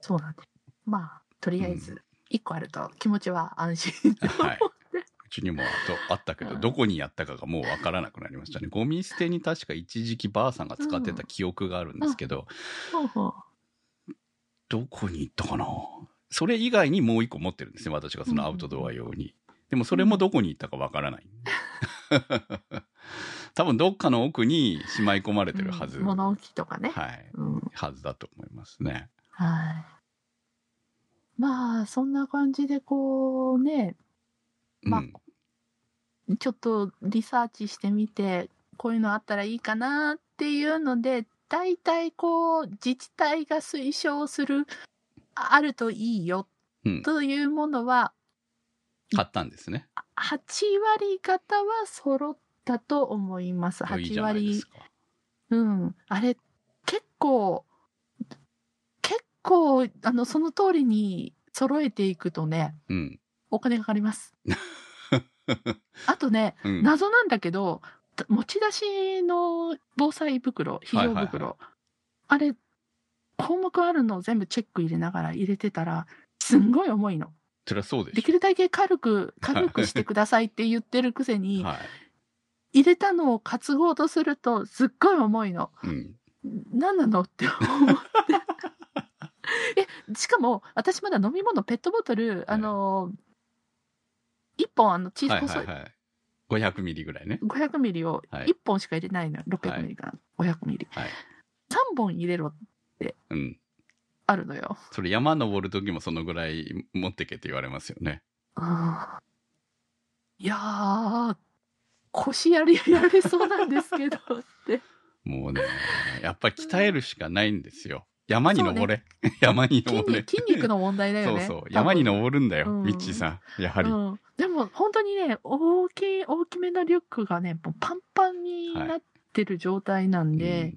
A: そうなんです。まあとりあえ
B: う
A: ず一個あると気持ちは安 心。
B: はいうちにもあとあったけど
A: うん
B: どこにやったかがもうわからなくなりましたねゴミ捨てに確か一時期ばあさんが使ってた記憶があるんですけど、
A: ほうほう
B: どこに行ったかなそれ以外にもう一個持ってるんですね私がそのアウトドア用に、でもそれもどこに行ったかわからない 多分どっかの奥にしまい込まれてるはず、
A: うん物置とかね。
B: はい
A: うん。
B: はずだと思いますね
A: はい。まあそんな感じでこうねまあ
B: うん
A: ちょっとリサーチしてみてこういうのあったらいいかなっていうので大体こう自治体が推奨するああるといいよ
B: うん
A: というものは
B: 買ったんですね
A: 8割方は揃ったと思います
B: いい
A: 8
B: じゃないで
A: 割
B: すか
A: うんあれ結構結構あのその通りに揃えていくとね
B: うん、
A: お金かかります あとね
B: うん、
A: 謎なんだけどた持ち出しの防災袋非常袋、
B: はいはいは
A: あれ項目あるのを全部チェック入れながら入れてたらすんごい重いの
B: そりゃそうで
A: で
B: し
A: きるだけ軽く軽くしてくださいって言ってるくせに、
B: ょはい
A: 入れたのを担ごうとするとすっごい重いの。
B: うん。
A: 何なのって思 って。え、しかも、私まだ飲み物、ペットボトル、あのー、1本、あの、小
B: はい
A: さ、
B: はいいはい。500ミリぐらいね。
A: 500ミリを
B: はい
A: 1本しか入れないのよ。600ミリかな。500ミリ。
B: はい
A: 3本入れろ、
B: うん。
A: あるのよ。
B: それ山登る時もそのぐらい持ってけって言われますよね。
A: いやー、腰やりやれそうなんですけど って。
B: もうね、やっぱり鍛えるしかないんですよ。山に登れ。 山に
A: 筋
B: 登れ。
A: 肉筋肉の問題だよね。
B: そうそう。山に登るんだよ、
A: うん
B: ミッチーさん。やはり。
A: うん、でも本当にね大きい大きめのリュックがねもうパンパンになってる状態なんで、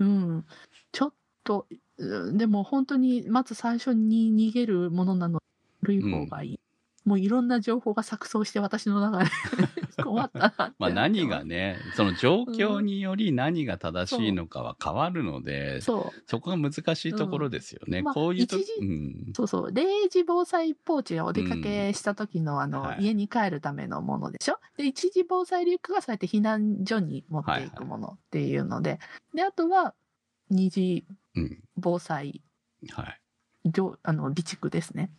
A: うん、ちょっとうんでも本当にまず最初に逃げるものなの古い方がいい、もういろんな情報が錯綜して私の中で 困ったなって
B: まあ何がね、その状況により何が正しいのかは変わるので、そ
A: そう
B: こが難しいところですよね。
A: うんまあ
B: こういうと、
A: 一時
B: うん。
A: そうそう0時防災ポーチはお出かけした時の、あの、
B: はい
A: 家に帰るためのものでしょで一時防災リュックはそうやって避難所に持っていくものっていうので、であとは二次
B: うん。
A: 防災
B: はい。
A: 上あの備蓄ですね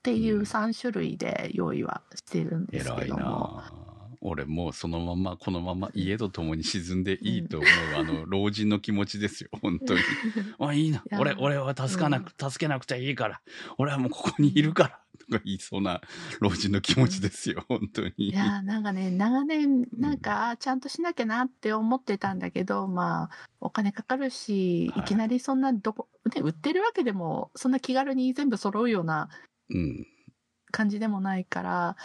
A: ってい
B: うん
A: う三種類で用意はしてるんです
B: 偉
A: け
B: い
A: ども、
B: なあ俺もうそのまま、このまま家と共に沈んでいいと思う、あの、老人の気持 ちですよ、本当に。あ、いいな。
A: や
B: 俺、俺は助かなく、助けなくていいから。俺はもうここにいるから。とか言いそうな老人の気持ちですよ、本当に。
A: いやーなんかね長年なんかあーちゃんとしなきゃなって思ってたんだけどまあお金かかるし
B: はい
A: いきなりそんなどこ、ね、売ってるわけでもそんな気軽に全部揃うような
B: うん。
A: 感じでもないから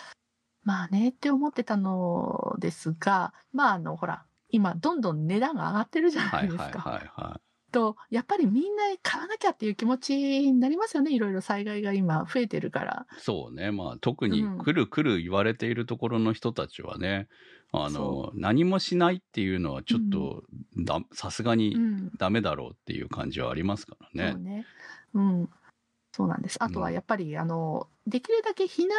A: まあねって思ってたのですがまああのほら今どんどん値段が上がってるじゃな
B: はいい
A: ですか。
B: はいはいは
A: とやっぱりみんな買わなきゃっていう気持ちになりますよねいろいろ災害が今増えてるから
B: い。そうね。まあ、特に
A: うん
B: くるくる言われているところの人たちはね、あの
A: そ、
B: 何もしないっていうのはちょっとだ、さすが
A: う
B: に
A: ん
B: ダメだろうっていう感じはありますから
A: そう
B: ね。
A: ねうんそうなんですあとはやっぱり、あのできるだけ避難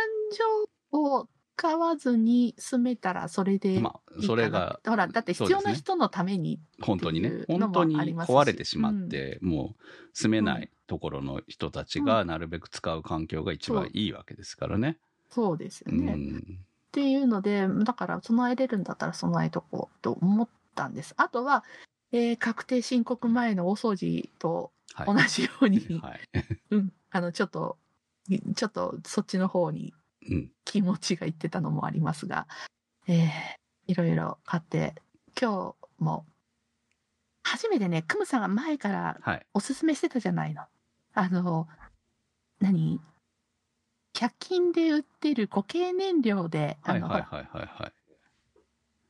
A: 所を使わずに住めたらそれでいいかな
B: まあ、それが
A: ほらだって必要な人のために
B: 本当にね
A: っていうの
B: 本
A: も
B: 当に
A: ありますし
B: 壊れてしまって、もう住めないところの人たちがなるべく使う環境が一番いいわけですからね。
A: そうですよ
B: う
A: ね、っ
B: ん
A: ていうのでだから備えれるんだったら備えとこうと思ったんですあとは、えー確定申告前の大掃除と
B: はい
A: 同じように、
B: はい
A: うん、あのちょっとちょっとそっちの方に
B: うん
A: 気持ちがいってたのもありますが、えーいろいろ買って今日も初めてねクムさんが前から
B: はい
A: おすすめしてたじゃないの。あの何100均で売ってる固形燃料で、
B: は
A: あ
B: いはい
A: の
B: はいはいはい。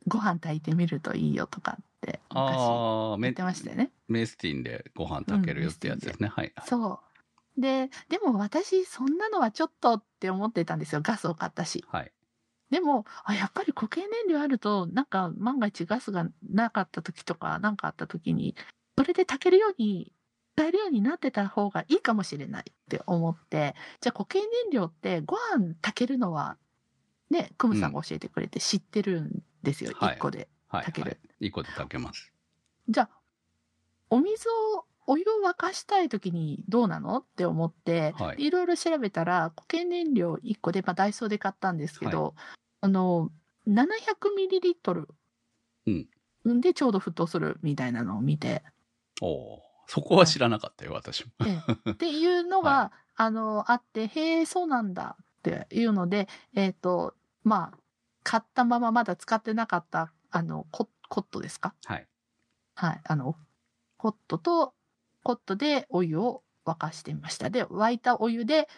A: ご飯炊いてみるといいよとかって昔
B: ああ、
A: 言
B: メ
A: ってましたよね。
B: メスティンでご飯炊けるよってやつですね。はいはい。
A: そう。で、でも私、そんなのはちょっとって思ってたんですよ。ガスを買ったし。
B: はい。
A: でも、あ、やっぱり固形燃料あると、なんか万が一ガスがなかった時とか、なんかあった時に、それで炊けるように、使えるようになってた方がいいかもしれないって思って、じゃあ固形燃料ってご飯炊けるのは、ね、クムさんが教えてくれて知ってるんですよ。一、
B: はい
A: 個で。
B: はい、
A: 炊
B: は
A: け
B: い
A: る。
B: いいこと炊けます。
A: じゃあ、お水を、お湯を沸かしたい時にどうなのって思って、
B: はい
A: でいろいろ調べたら、固形燃料1個で、まあ、ダイソーで買ったんですけど、あの、700ミリリットル。で、ちょうど沸騰するみたいなのを見 て、
B: おおー、そこは知らなかったよ、私も。
A: ええっていうのが、
B: は
A: あの、あって、へえ、そうなんだっていうので、えっ、と、まあ、買ったまままだ使ってなかった、あの、ココットですか
B: はい。
A: はい、あの、コットと、コットでお湯を沸かしてみました。で、沸いたお湯で、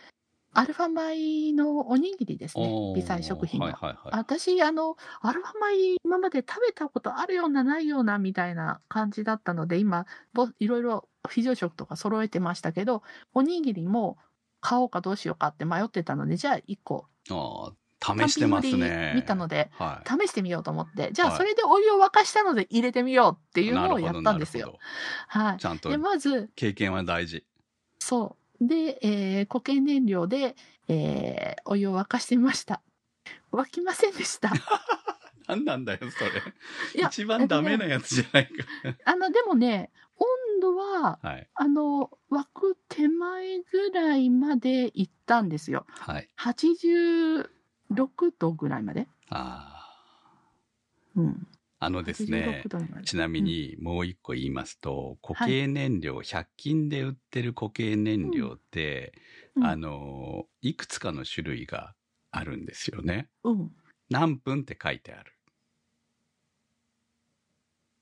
A: アルファ米のおにぎりですね
B: お。ー
A: 微細食品の。
B: はいはいはい。
A: 私、あの、アルファ米今まで食べたことあるような、ないような、みたいな感じだったので、今、ぼいろいろ非常食とか揃えてましたけど、おにぎりも買おうかどうしようかって迷ってたので、じゃあ1個、
B: ああ、試してます
A: 単品売
B: ね
A: り。見たので、
B: は
A: 試してみようと思って、じゃ
B: は
A: あ
B: い
A: それでお湯を沸かしたので入れてみようって
B: い。
A: いう
B: な
A: の
B: る
A: を
B: ほ
A: や
B: ど
A: ったんです。
B: な
A: よ
B: る。
A: は
B: ほどちゃん
A: い。
B: と
A: で、まず、
B: 経験は大事。
A: そう。で、えー固形燃料 で、えーお湯を沸かしてみました。沸きませんでした。
B: 何なんだよそれ
A: いや
B: 一番ダメなやつじゃないか
A: あの、でもね、温度は、
B: はい
A: あの、枠手前ぐらいまで行ったんですよ。
B: はい
A: 86度ぐらいまで。
B: あ
A: うん。
B: ーあのですね
A: 86度ぐらいまで
B: ちなみにもう一個言いますと固形燃料、100均で売ってる固形燃料って、
A: うん
B: あのいくつかの種類があるんですよね
A: うん。
B: 何分って書いてある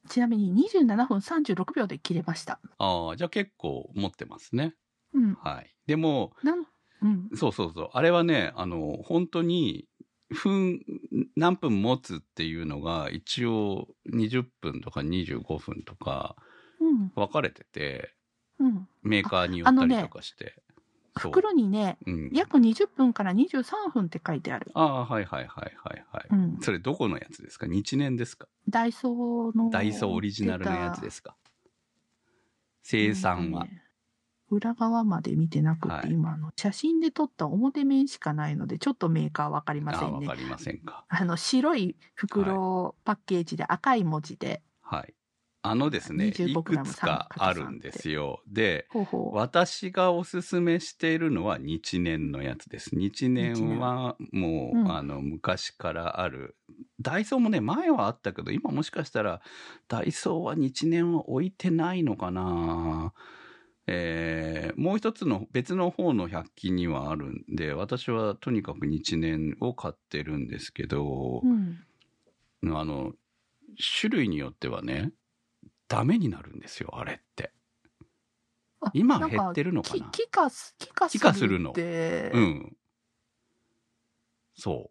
A: ちなみに27分36秒で切れました。
B: ああじゃあ結構持ってますね
A: うん。
B: はいでも
A: なんうん。
B: そうそうそうあれはねあの本当に分何分持つっていうのが一応20分とか25分とか
A: うん。
B: 分かれてて
A: うん。
B: メーカーによったりとかして、そう
A: 袋にね、
B: うん、
A: 約20分から23分って書いてある。
B: ああ、はいはいはいはいはい。
A: うん。
B: それどこのやつですか日年ですか
A: ダイソーの。。
B: ダイソーオリジナルのやつですすか生産は。
A: ね裏側まで見てなくて、
B: はい
A: 今あの写真で撮った表面しかないのでちょっとメーカーわかりま
B: あ
A: せ
B: あ、
A: ん
B: わ
A: ね
B: かりませんか。
A: あの白い袋パッケージで赤い文字で、
B: はい。あのですね、い
A: 25グ
B: く
A: ラム
B: つかあるんですよ。で、
A: ほうほう
B: 私がおすすめしているのは日年のやつです。日年はもう、
A: うん
B: あの昔からある。ダイソーもね、前はあったけど、今もしかしたらダイソーは日年は置いてないのかなえーもう一つの別の方の100均にはあるんで、私はとにかく日年を買ってるんですけど、
A: うん、
B: あの、種類によってはね、ダメになるんですよ、あれって。
A: あ
B: 今
A: なんか
B: 減ってるのか
A: き
B: な
A: 気化す気化
B: 気化するの
A: って
B: うん。そう。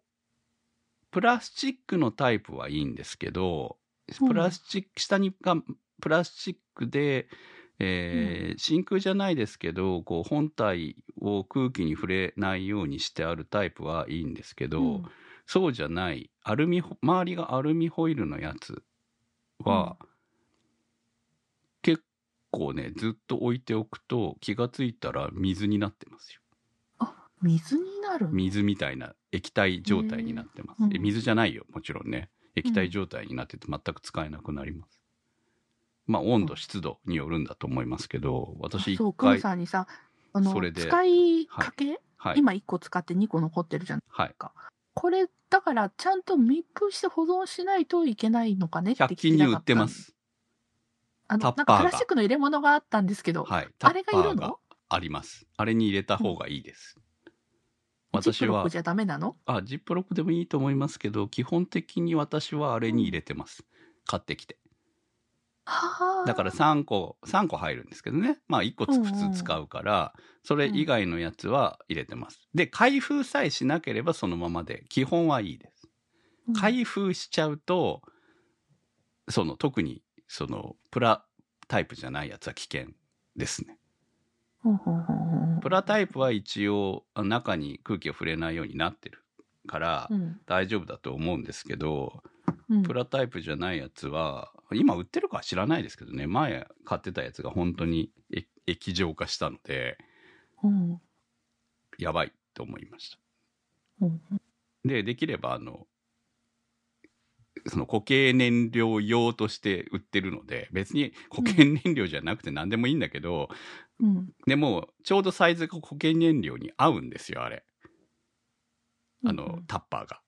B: プラスチックのタイプはいいんですけど、
A: うん
B: プラスチック、下にがプラスチックで、えー真空じゃないですけど、こう本体を空気に触れないようにしてあるタイプはいいんですけど、
A: うん
B: そうじゃない、アルミホ、周りがアルミホイルのやつは、結構ね、ずっと置いておくと気がついたら水になってますよ。
A: 水になる
B: 水みたいな液体状態になってます、
A: うん
B: え水じゃないよもちろんね液体状態になってて全く使えなくなります、まあ温度湿度によるんだと思いますけど私
A: そう
B: 一
A: くん
B: 回
A: さんにさあの
B: それで
A: 使いかけ、
B: はい、
A: 今1個使って2個残ってるじゃん
B: はい、
A: これだからちゃんと密封して保存しないといけないのかねって聞
B: 100
A: き
B: 均に
A: な
B: 売
A: か
B: って
A: た
B: ます
A: あの
B: タッパ
A: なん
B: ー
A: か
B: が
A: プラスチックの入れ物があったんですけど、
B: はい
A: あれがいるの
B: ありますあれに入れた方がいいです、
A: ジッ
B: 私
A: プロッ
B: は
A: クじゃダメなの
B: あジップロックでもいいと思いますけど基本的に私はあれに入れてます、買ってきて
A: はあ
B: だから3個、3個入るんですけどね。まあ1個つ
A: うんうん
B: 普通使うから、それ以外のやつは入れてます。で、開封さえしなければそのままで、基本はいいです。
A: うん
B: 開封しちゃうと、その特に、その、プラタイプじゃないやつは危険ですね。
A: ほうほうほうほう
B: プラタイプは一応、あ中に空気を触れないようになってるから
A: う、ん
B: 大丈夫だと思うんですけど、
A: うん
B: プラタイプじゃないやつは今売ってるかは知らないですけどね前買ってたやつが本当に液液状化したので
A: うん
B: やばいと思いまし
A: う
B: た
A: ん
B: でできればあのその固形燃料用として売ってるので別に固形燃料じゃなくて何でもいいんだけど、
A: うん
B: でもちょうどサイズが固形燃料に合うんですよあれあの、タッパーが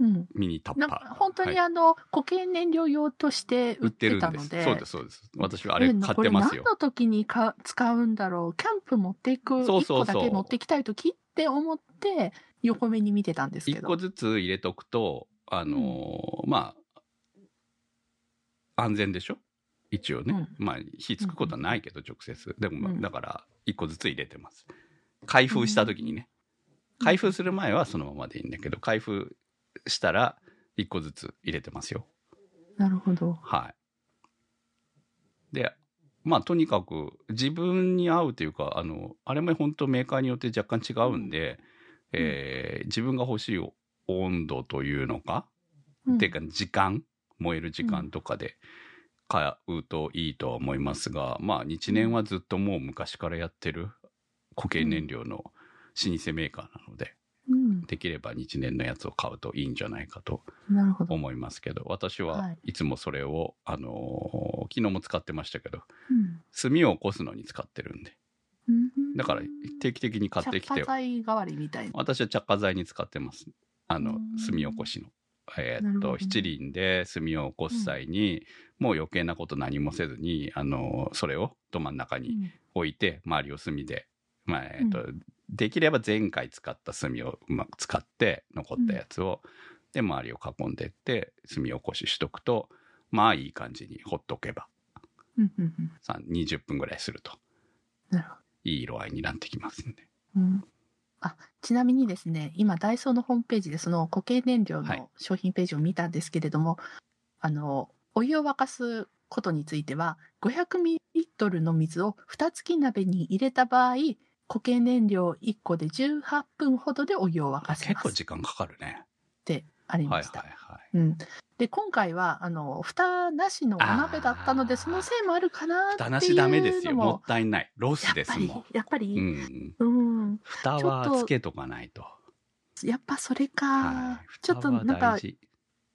A: うん、
B: ミニタッパ
A: な
B: ー
A: ん
B: が
A: か本当
B: はい
A: にあの、固形燃料用として売
B: 売
A: っ
B: って
A: て
B: るん
A: た
B: で
A: の
B: す
A: で
B: そうですそうです私はあれ買ってますよ
A: えこれ何の時にか使うんだろうキャンプ持っていく
B: そう
A: 一
B: そうそう
A: 個だけ持っていきたい時って思って横目に見てたんですけ
B: 一個
A: ど
B: ずつ入れとくとあのーまあ安全でしょ一応ね、まあ火つくことはないけど直接でもまあ、
A: うん
B: だから一個ずつ入れてます開封した時にね、開封する前はそのままでいいんだけど開封したら一個ずつ入れてますよ
A: なるほど
B: はい。で、まあとにかく自分に合うというか、あの、あれも本当メーカーによって若干違うんで、えー自分が欲しい温度というのか、っていうか時間、燃える時間とかで買うといいとは思いますが、まあ日年はずっともう昔からやってる固形燃料の老舗メーカーなので、
A: うんうん
B: できれば日年のやつを買うといいんじゃないかと
A: なるほど。
B: 思いますけど、私
A: は
B: はいいつもそれを、あのー昨日も使ってましたけど、
A: うん
B: 炭を起こすのに使ってるんで。
A: うん
B: だから定期的に買ってき
A: 着
B: て
A: 火、剤代わりみたいな。
B: 私は着火剤に使ってます。あ
A: う
B: の
A: ん、
B: 炭起こしの。えー
A: なるほ
B: っ
A: ど
B: と、
A: ね
B: 七輪で炭を起こす際に、もう余計なこと何もせずに、あのー、それを土間の中に
A: うん
B: 置いて周りを炭で、まあえーとできれば前回使った炭をうまく使って残ったやつを、で周りを囲んでって炭起こししとくとまあいい感じにほっとけば
A: うんうんうん
B: さ20分ぐらいすると
A: なるほ
B: いい色合いになってきますんで
A: ど。うんあちなみにですね、今、ダイソーのホームページで、その固形燃料
B: はい
A: の商品ページを見たんですけれども、あの、お湯を沸かすことについては、500ミリリットルの水を蓋付き鍋に入れた場合、固形燃料1個で18分ほどでお湯を沸かせ
B: 結
A: ま
B: 構
A: すっ
B: 時間かかるね
A: てあり
B: は
A: ま
B: い
A: し
B: は
A: た
B: い。はい
A: うん、で今回はあの蓋なしのお鍋だったの
B: あ
A: で
B: ー
A: そのせいもあるかなっていうの
B: 蓋
A: も
B: なしダメですよもったいないロスですも
A: やっぱり
B: んう
A: やっぱり、
B: ん
A: うん
B: 蓋
A: ちょっ
B: は
A: と
B: つけとかないと
A: やっぱそれか、
B: はい
A: ちょっと
B: 蓋は
A: なんか
B: 大事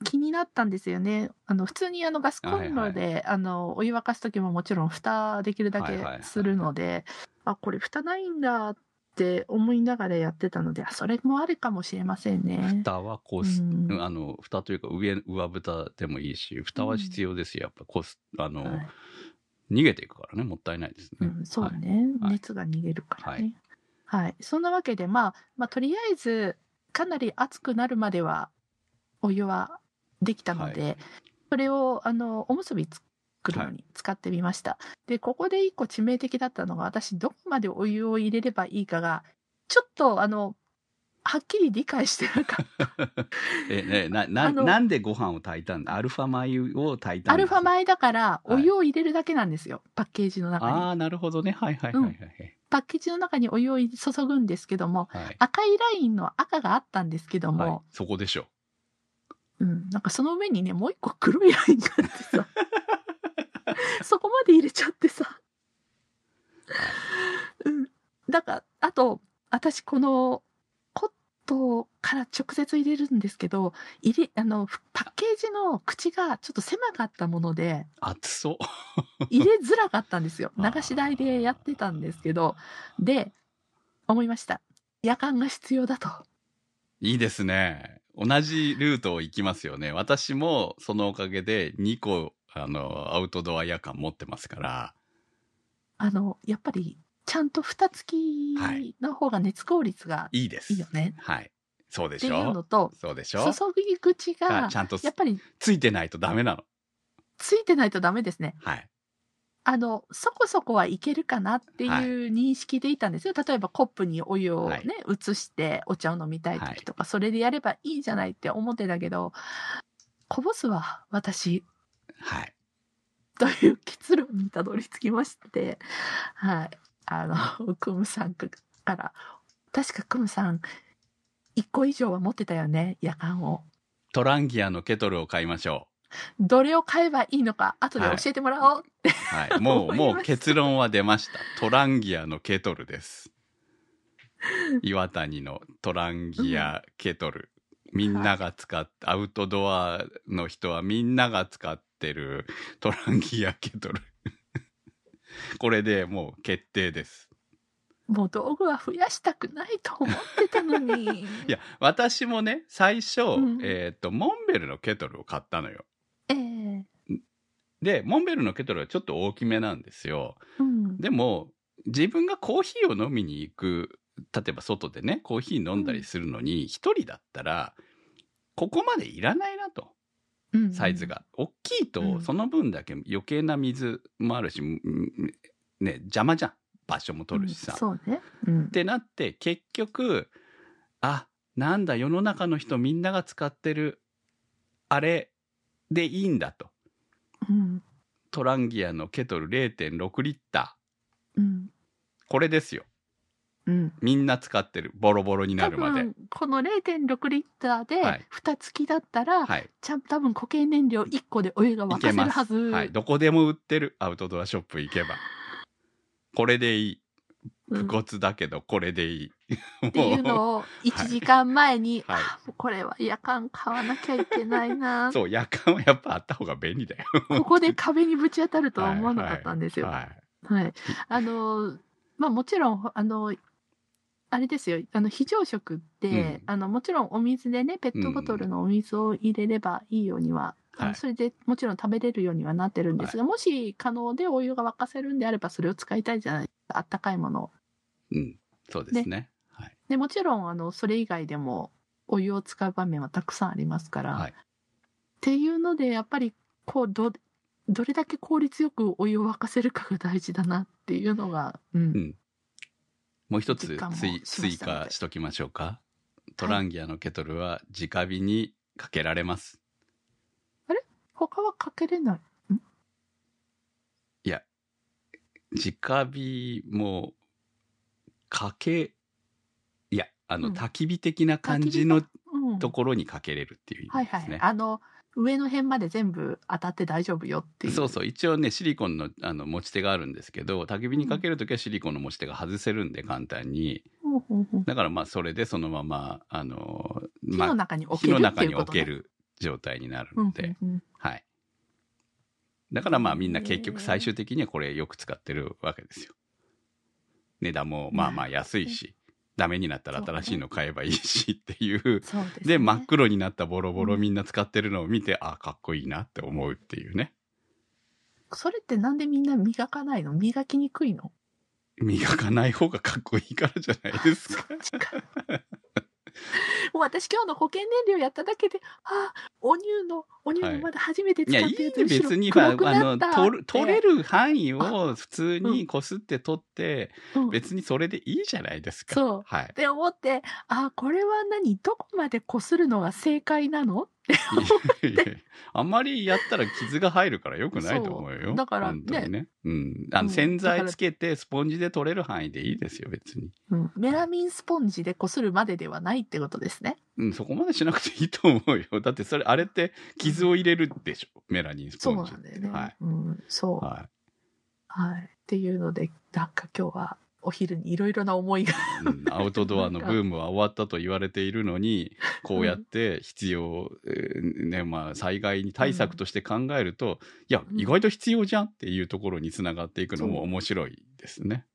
A: 気になったんですよねあの普通にあのガスコンロで、
B: は
A: あのお湯沸かす時ももちろん蓋できるだ
B: はい
A: け
B: はいはい
A: するので、あこれ蓋ないんだって思いながらやってたのであそれもあるかもしれませんね。
B: 蓋はこ
A: う
B: うす
A: ん
B: あの蓋というか上上蓋でもいいし蓋は必要ですよやっぱこすあの、
A: はい
B: 逃げていくからねもったいないです
A: う
B: ね。
A: ん、そう
B: はい
A: ね、
B: はい
A: 熱が逃げるからね。はい、そんなわけで、まあ、まあ、とりあえずかなり熱くなるまではお湯はできたので、
B: は
A: それをあのおむすび作るのに使ってみました。でここで一個致命的だったのが私どこまでお湯を入れればいいかがちょっとあのはっきり理解して なかっ
B: えねな
A: あ
B: な
A: の
B: なんでご飯を炊いたんだアルファ米を炊い
A: た。
B: た
A: ア
B: んで
A: ル
B: す
A: ファ米だから
B: はい
A: お湯を入れるだけなんですよ、パッケージの中
B: あ
A: に。
B: あなるほどねはいはいはいはいはい、
A: パッケージの中にお湯を入れ注ぐんですけども
B: はい
A: 赤いラインの赤があったんですけども、
B: はい、そこでしょ
A: うん、なんかその上にねもう一個黒いラインがあって さそこまで入れちゃってさ、うん、だからあと私このコットから直接入れるんですけど入れあのパッケージの口がちょっと狭かったもの で
B: 熱そう
A: 入れづらかったんですよ
B: あー
A: 流し台でやってたんですけどで思いました夜間が必要だと。
B: いいですね同じルートを行きますよね私もそのおかげで2個あのアウトドア夜間持ってますから
A: あのやっぱりちゃんと蓋付
B: はい
A: きの方が熱効率が
B: いいです
A: いいよね
B: はいそうで
A: っていう
B: し
A: の
B: ょ
A: と
B: そうでし
A: 注
B: ょ
A: ぎ口が
B: がちゃんと
A: やっぱり
B: ついてないとダメなの
A: ついてないとダメですね
B: はい
A: あのそこそこはいけるかなっていう認識でいたんですよ、例えばコップにお湯をね、
B: はい
A: 移してお茶を飲みたい時とか、それでやればいいじゃないって思ってたけどこぼすわ私
B: はい
A: という結論にたどり着きましてはいあの クムさんから確かクムさん1個以上は持ってたよね夜間を。
B: トランギアのケトルを買いましょ
A: どれを買えばいいのか後で教えてもらおう、
B: う。はい。も
A: 思
B: う、
A: いました
B: もう結論は出ました。トランギアのケトルです。岩谷のトランギアケトル。みんなが使って、アウトドアの人はみんなが使ってるトランギアケトル。 これでもう決定です。
A: もう道具は増やしたくないと思ってたの に
B: いや、私もね、最初、
A: ん
B: えっ、と、モンベルのケトルを買ったのよ。
A: ええ
B: で、モンベルのケトルはちょっと大きめなんですよ。
A: うん
B: でも自分がコーヒーを飲みに行く例えば外でねコーヒー飲んだりするのに一人だったらここまでいらないなと
A: うん
B: サイズが、大きいうと
A: ん
B: その分だけ余計な水もあるし、うんうんね、邪魔じゃん場所も取るしさ。
A: うん
B: っ
A: そうね、うん、
B: てなって結局あなんだ世の中の人みんなが使ってるあれでいいんだと
A: うん
B: トランギアのケトル0.6リッタ
A: うん
B: ーこれですよ。
A: うん
B: みんな使ってる。ボロボロにな
A: 多
B: るまで。
A: 分この0.6リッター
B: は
A: で
B: い
A: 蓋付きだったら、
B: はい。
A: ちゃん多分固形燃料1個でお湯が沸
B: い
A: かせ
B: け
A: る
B: ます。
A: はず、
B: はい。どこでも売ってる。アウトドアショップ行けば。これでいい。
A: うん
B: 不骨だけどこれでいい。
A: っていう
B: も
A: のを1時間前に、
B: はい
A: あもうこれは夜間買わなきゃいけないうな
B: そう夜間はやっぱあった方が便利だよ。
A: ここで壁にぶち当たるとは思わなかったんですよ。はい
B: は
A: あのまあもちろんあのあれですよあの非常食って、
B: うん
A: あのもちろんお水でねペットボトルのお水を入れればいいようには、
B: はい
A: あのそれでもちろん食べれるようにはなってるんですが、もし可能でお湯が沸かせるんであればそれを使いたいじゃないですかあったかいものを
B: い。うんそうですね。はい
A: でもちろんあのそれ以外でもお湯を使う場面はたくさんありますから、
B: はい
A: っていうのでやっぱりこうどどれだけ効率よくお湯を沸かせるかが大事だなっていうのが、うん
B: うんもう一つ
A: 時間も
B: 追
A: しま
B: 追
A: したので
B: 加しときましょうか。トランギアのケトルは直火にかけられます。
A: 他はかけれない
B: 直火もかけいやあ
A: う
B: の
A: ん
B: 焚き火的な感じの
A: うん、
B: ところにかけれるっていう意
A: はい
B: 味で
A: は
B: す
A: い
B: ね。
A: あの上の辺まで全部当たって大丈夫よっていう
B: そうそう一応ねシリコンのあの持ち手があるんですけど焚き火にかけるときはシリコンの持ち手が外せるんで簡単に
A: ほうほうほう
B: だからまあそれでそのままあの、
A: 火
B: ま
A: の
B: あ、
A: 中に置
B: 火
A: ける
B: の
A: って
B: 中
A: いう
B: に
A: こ
B: 置
A: と、
B: け
A: ね、
B: る状態になる
A: うん
B: の
A: うん
B: で、
A: うん
B: はいだからまあみんな結局最終的にはこれよく使ってるわけですよ値段もまあまあ安いし、ダメになったら新しいの買えばいいしっていう
A: そうです、ね、
B: で真っ黒になったボロボロ
A: うん
B: みんな使ってるのを見て、ああかっこいいなって思うっていうね
A: それってなんでみんな磨かないの磨きにくいの
B: 磨かない方がかっこいいからじゃないですか
A: もう私今日の保険燃料やっただけで、ああ、お乳の、お乳
B: は
A: の
B: い
A: まだ初めて
B: い
A: 使
B: や
A: っ
B: いい
A: てる
B: ね別にまあ
A: 黒
B: あ
A: くな
B: の
A: った
B: 取る取れ
A: る、
B: る範囲を普通にこすって取って、
A: うん
B: 別にそれでいいじゃないですか
A: そう
B: は
A: っ
B: い
A: て思って、ああ、これは何どこまでこするのが正解なの
B: いやいや あんまりやったら傷が入るからよくないと思う
A: そ
B: よ
A: うだから
B: 本当にねうん、あ
A: うん
B: の洗
A: だか
B: 剤
A: ら
B: つけてスポンジで取れる範囲でいいですよ別に、
A: うんメラミンスポンジでこするまでではないってことですね。
B: うん、そこまでしなくていいと思うよだってそれあれって傷を入れるでしょメラニンス
A: そ
B: ポ
A: う
B: ン
A: な
B: ジ
A: ん
B: っ
A: だ
B: て
A: よね。
B: はい、
A: うん、そう。
B: はい
A: はい。っていうので、なんか今日はお昼にいろいろな思いが。
B: うんアウトド アのブームは終わったと言われているのに、こうやって必要、えーね、まあ災害に対策として考えると、いや
A: う、ん
B: 意外と必要じゃんっていうところにつながっていくのも面白いですね。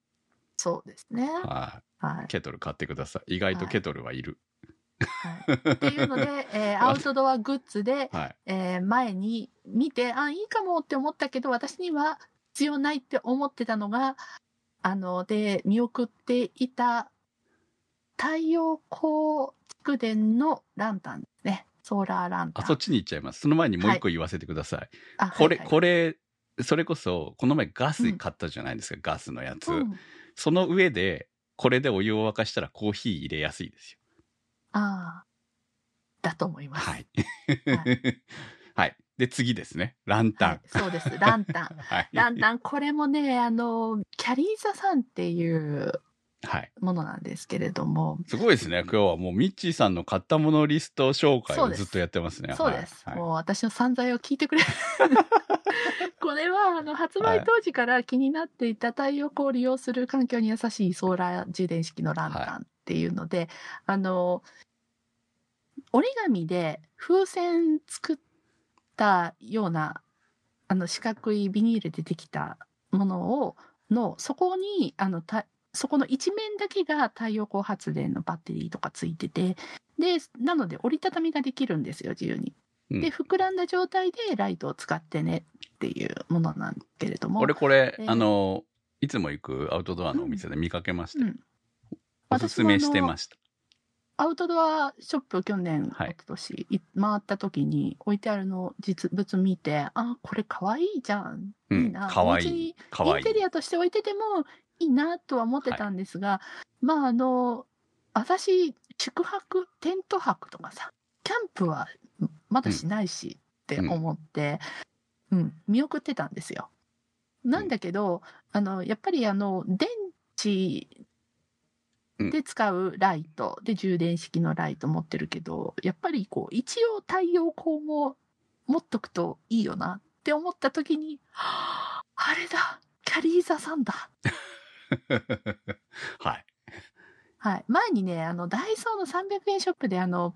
A: そうですね。
B: は
A: はい
B: い。。ケトル買ってください。意外とケトルはいる。
A: はい、っていうので、えーアウトドアグッズで、
B: はい。
A: えー前に見てあいいかもって思ったけど私には必要ないって思ってたのがあので見送っていた太陽光蓄電のランタンですねソーラーランタ
B: あ、
A: ン
B: そっちに行っちゃいます。その前にもう一個言わせてください。
A: あ
B: こ
A: は
B: れ、
A: いはい
B: これ、それこそ、この前ガス買ったじゃないですか、ガスのやつ。
A: うん
B: その上で、これでお湯を沸かしたらコーヒー入れやすいですよ。
A: ああだと思います、
B: はい
A: は。
B: はい。で、次ですね。ラン
A: は
B: タ
A: いそうですランタン
B: ン。 はい。
A: ランタンこれもねあのキャリーザさんっていう
B: はい。
A: ものなんですけれども
B: すごいですね。今日はもうミッチーさんの買ったものリスト紹介
A: そう
B: を
A: です
B: ずっとやってますね。
A: そうです。
B: はい
A: もう私の散財を聞いてくれ。 これはあの発売当時から気になっていた太陽光を利用する環境に優しいソーラー充電式のランタンっていうので、あの折り紙で風船作ったようなあの四角いビニールでできたものをのそこにあのたそこの一面だけが太陽光発電のバッテリーとかついててでなので折りたたみができるんですよ自由に。
B: うん
A: で膨らんだ状態でライトを使ってねっていうものなんけれども
B: 俺これ、
A: えー
B: あの、いつも行くアウトドアのお店で見かけました。
A: うん
B: おすすめしてました。
A: アウトドアショップ去年、
B: は
A: 一
B: い
A: 昨年い回った時に置いてあるの実物見てあこれかわいいじゃん
B: う
A: いい
B: ん。
A: な、
B: かわい
A: お家に
B: い。かわ
A: イ
B: い
A: ンテリ
B: い。
A: アとして置いててもいいなとは思ってたんですが、まああの私宿泊テント泊とかさキャンプはまだしないしって思って、うん見送ってたんですよ。なんだけど、あのやっぱりあの電池で使うライト、で充電式のライト持ってるけどやっぱりこう一応太陽光も持っとくといいよなって思った時にはああれだキャリーザさんだ
B: はい。
A: はい、前にねあのダイソーの300円ショップであの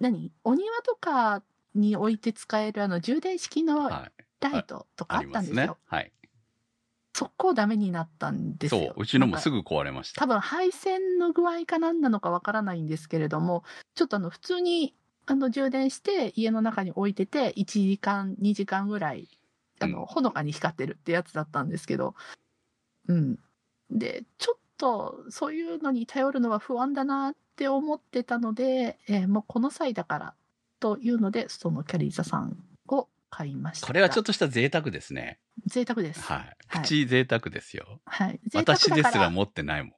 A: 何お庭とかに置いて使えるあの充電式の
B: はい。
A: ライトとかあ
B: あ
A: っ
B: り
A: た
B: ま
A: んですすよ、
B: ね。はい。
A: 速攻ダメになったんです
B: そう
A: よ。、
B: うちのもす
A: ぐ
B: ぐ壊れました
A: 多。分配線の具合か何なのかわからないんですけれどもちょっとあの普通にあの充電して家の中に置いてて1時間2時間ぐらいあ
B: うん
A: のほのかに光ってるってやつだったんですけどうんでちょっとそういうのに頼るのは不安だなって思ってたので、えーもうこの際だからというのでそのキャリーザさんを買いました
B: これはちょ
A: っと
B: っとした贅沢ですね。
A: 贅沢です、
B: はいい。プチ贅沢ですよ。
A: はい、贅沢だ
B: 私
A: から
B: ですら持ってないもん。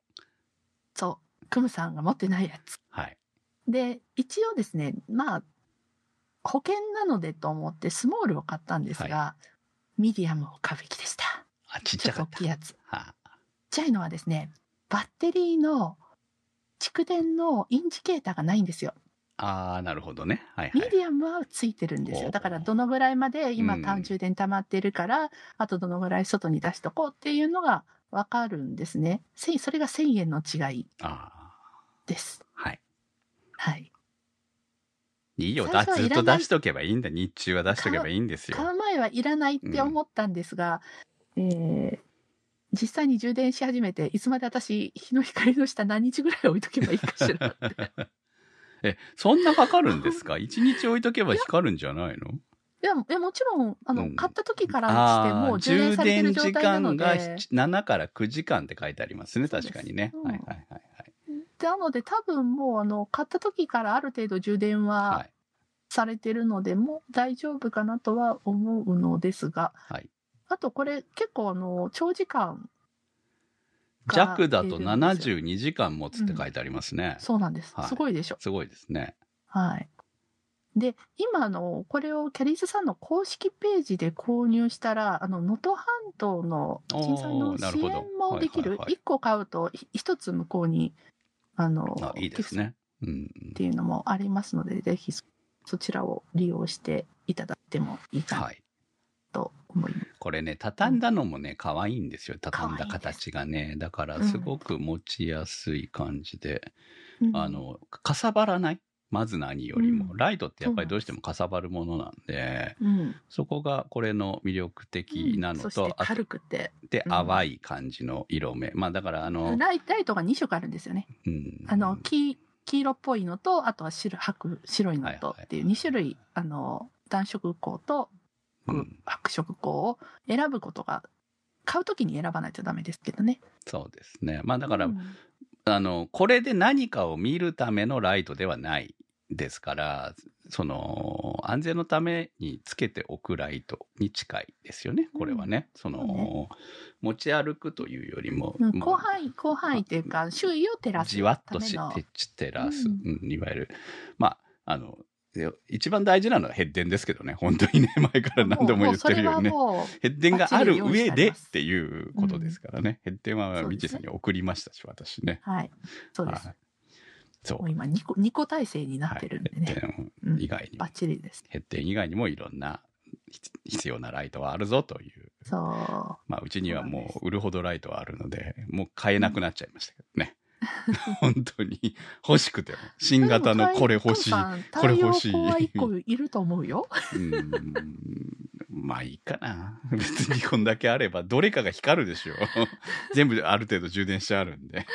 A: そうクムさんが持ってないやつ
B: はい。
A: で一応ですねまあ保険なのでと思ってスモールを買ったんですが、ミディアムを買うべきでした
B: あ、ち
A: ち
B: っち
A: ょっ
B: ゃ
A: と
B: か
A: 大
B: っ。
A: きいやつちった
B: は
A: ちゃいのはですねバッテリーの蓄電のインジケーターがないんですよ
B: あ、あーなるほどね。はいは
A: ミ
B: い。
A: ディアムはついてるんです
B: ほ
A: よ
B: う
A: だからどのぐらいまで今
B: うん
A: 単充電溜まってるから、あとどのぐらい外に出しとこうっていうのが分かるんですねせんそれが1000円の違い
B: ああ、
A: です
B: はい。
A: はい
B: いいよ。
A: 最
B: だ
A: 初はい
B: ずっ
A: ら
B: と
A: ない
B: 出しとけばいいんだ。日中は出しとけばいいんです
A: 買
B: よ。
A: う前はいらないって思ったんですが、えー実際に充電し始めていつまで私日の光の下何日ぐらい置いとけばいいかし ら
B: え、そんなかかるんですか一日置いとけば光るんじゃないの
A: いやいやもちろんあの、
B: うん
A: 買った時からして
B: あ
A: も
B: あー、
A: う充電されてる状態なの
B: 充電
A: で
B: 時間が7から9時間って書いてありますね。
A: そうで
B: 確
A: す
B: かにね。
A: うん
B: はいはいはい
A: なので多分もうあの買った時からある程度充電
B: はい。は。
A: はいされてるので、もう大丈夫かなとは思うのですが、
B: はい
A: あとこれ結構あの長時間
B: 弱だ
A: 出る
B: と
A: んですよ
B: 72時間持つって書いてありますね。
A: そうなんです、
B: はい
A: すごいでしょ
B: すごいですね。
A: はい。で、今あの、これをキャリーズさんの公式ページで購入したら、あの、能登半島の震災
B: お
A: の
B: ーな
A: 支
B: るほど
A: 援もでき
B: はい
A: る
B: はいは。い
A: 一個買うと、ひ一つ向こうに、あの、
B: あいいで
A: 寄
B: す
A: 付
B: ね。うん。
A: っていうのもありますので、ぜひそそちらを利用していただいてもいいかな
B: はい。
A: と思います。
B: これね、畳んだのもね、可愛いんですよ。畳んだ
A: 可愛いです
B: 形がね。だから、すごく持ちやすい感じで。
A: うん
B: あ、の、かさばらない。まず何よりも、
A: うん
B: ライトってやっぱりどうしてもかさばるものなんで、
A: うん。
B: そこがこれの魅力的な
A: そ
B: の
A: し
B: と、
A: て
B: あと
A: 軽くて、
B: で、
A: うん
B: 淡い感じの色目。まあ、だから、あの、
A: ライライトが2色あるんですよね。
B: うん
A: あの黄黄色っぽいのとあとは白白白いのとっていう
B: はいはい
A: 2種類あの暖色光と
B: うん
A: 白色光を選ぶことが買うときに選ばないとダメですけどね。
B: そうですね。まあ、だから、
A: うん
B: あの、これで何かを見るためのライトではないですから、その、安全のためにつけておくライトに近いですよね、これはね。その、
A: そうね
B: 持ち歩くというよりも、
A: うん
B: もう
A: 広範囲広範囲っていうか周囲を照らす
B: じわっと
A: ため
B: し
A: の
B: て照らす、
A: う
B: うんいわゆる、まあ、あの、で一番大事なのはヘッデンですけどね、本当に ね、前から何度も
A: も
B: 言
A: う
B: ってるよね。
A: もうそれはも
B: ヘッデンがある上
A: バッチリ用意してあり
B: でっ
A: ます
B: ていうことですからね。ヘッデンは
A: そう
B: み
A: ですね
B: ちさんに送りましたし、私ね。
A: うはいそうです。
B: はい。そう
A: もう。今2個二個体制になってるんでね。
B: はいヘッテン
A: うん
B: 以外にも
A: バッチリです。
B: ヘッテン以外にもいろんなひ必要なライトはあるぞという。
A: そう。
B: まあ、うちには
A: そうなんで
B: も
A: す
B: う売るほどライトはあるので、もう買えなくなっちゃいましたけど ね。本当に欲しくても。新型のこれ欲しい。こ
A: こ
B: れ欲しい
A: 太陽光は1個いると思うよ。
B: うんまあいいかな。別にこんだけあれば、どれかが光るでしょう。 全部ある程度充電してあるんで。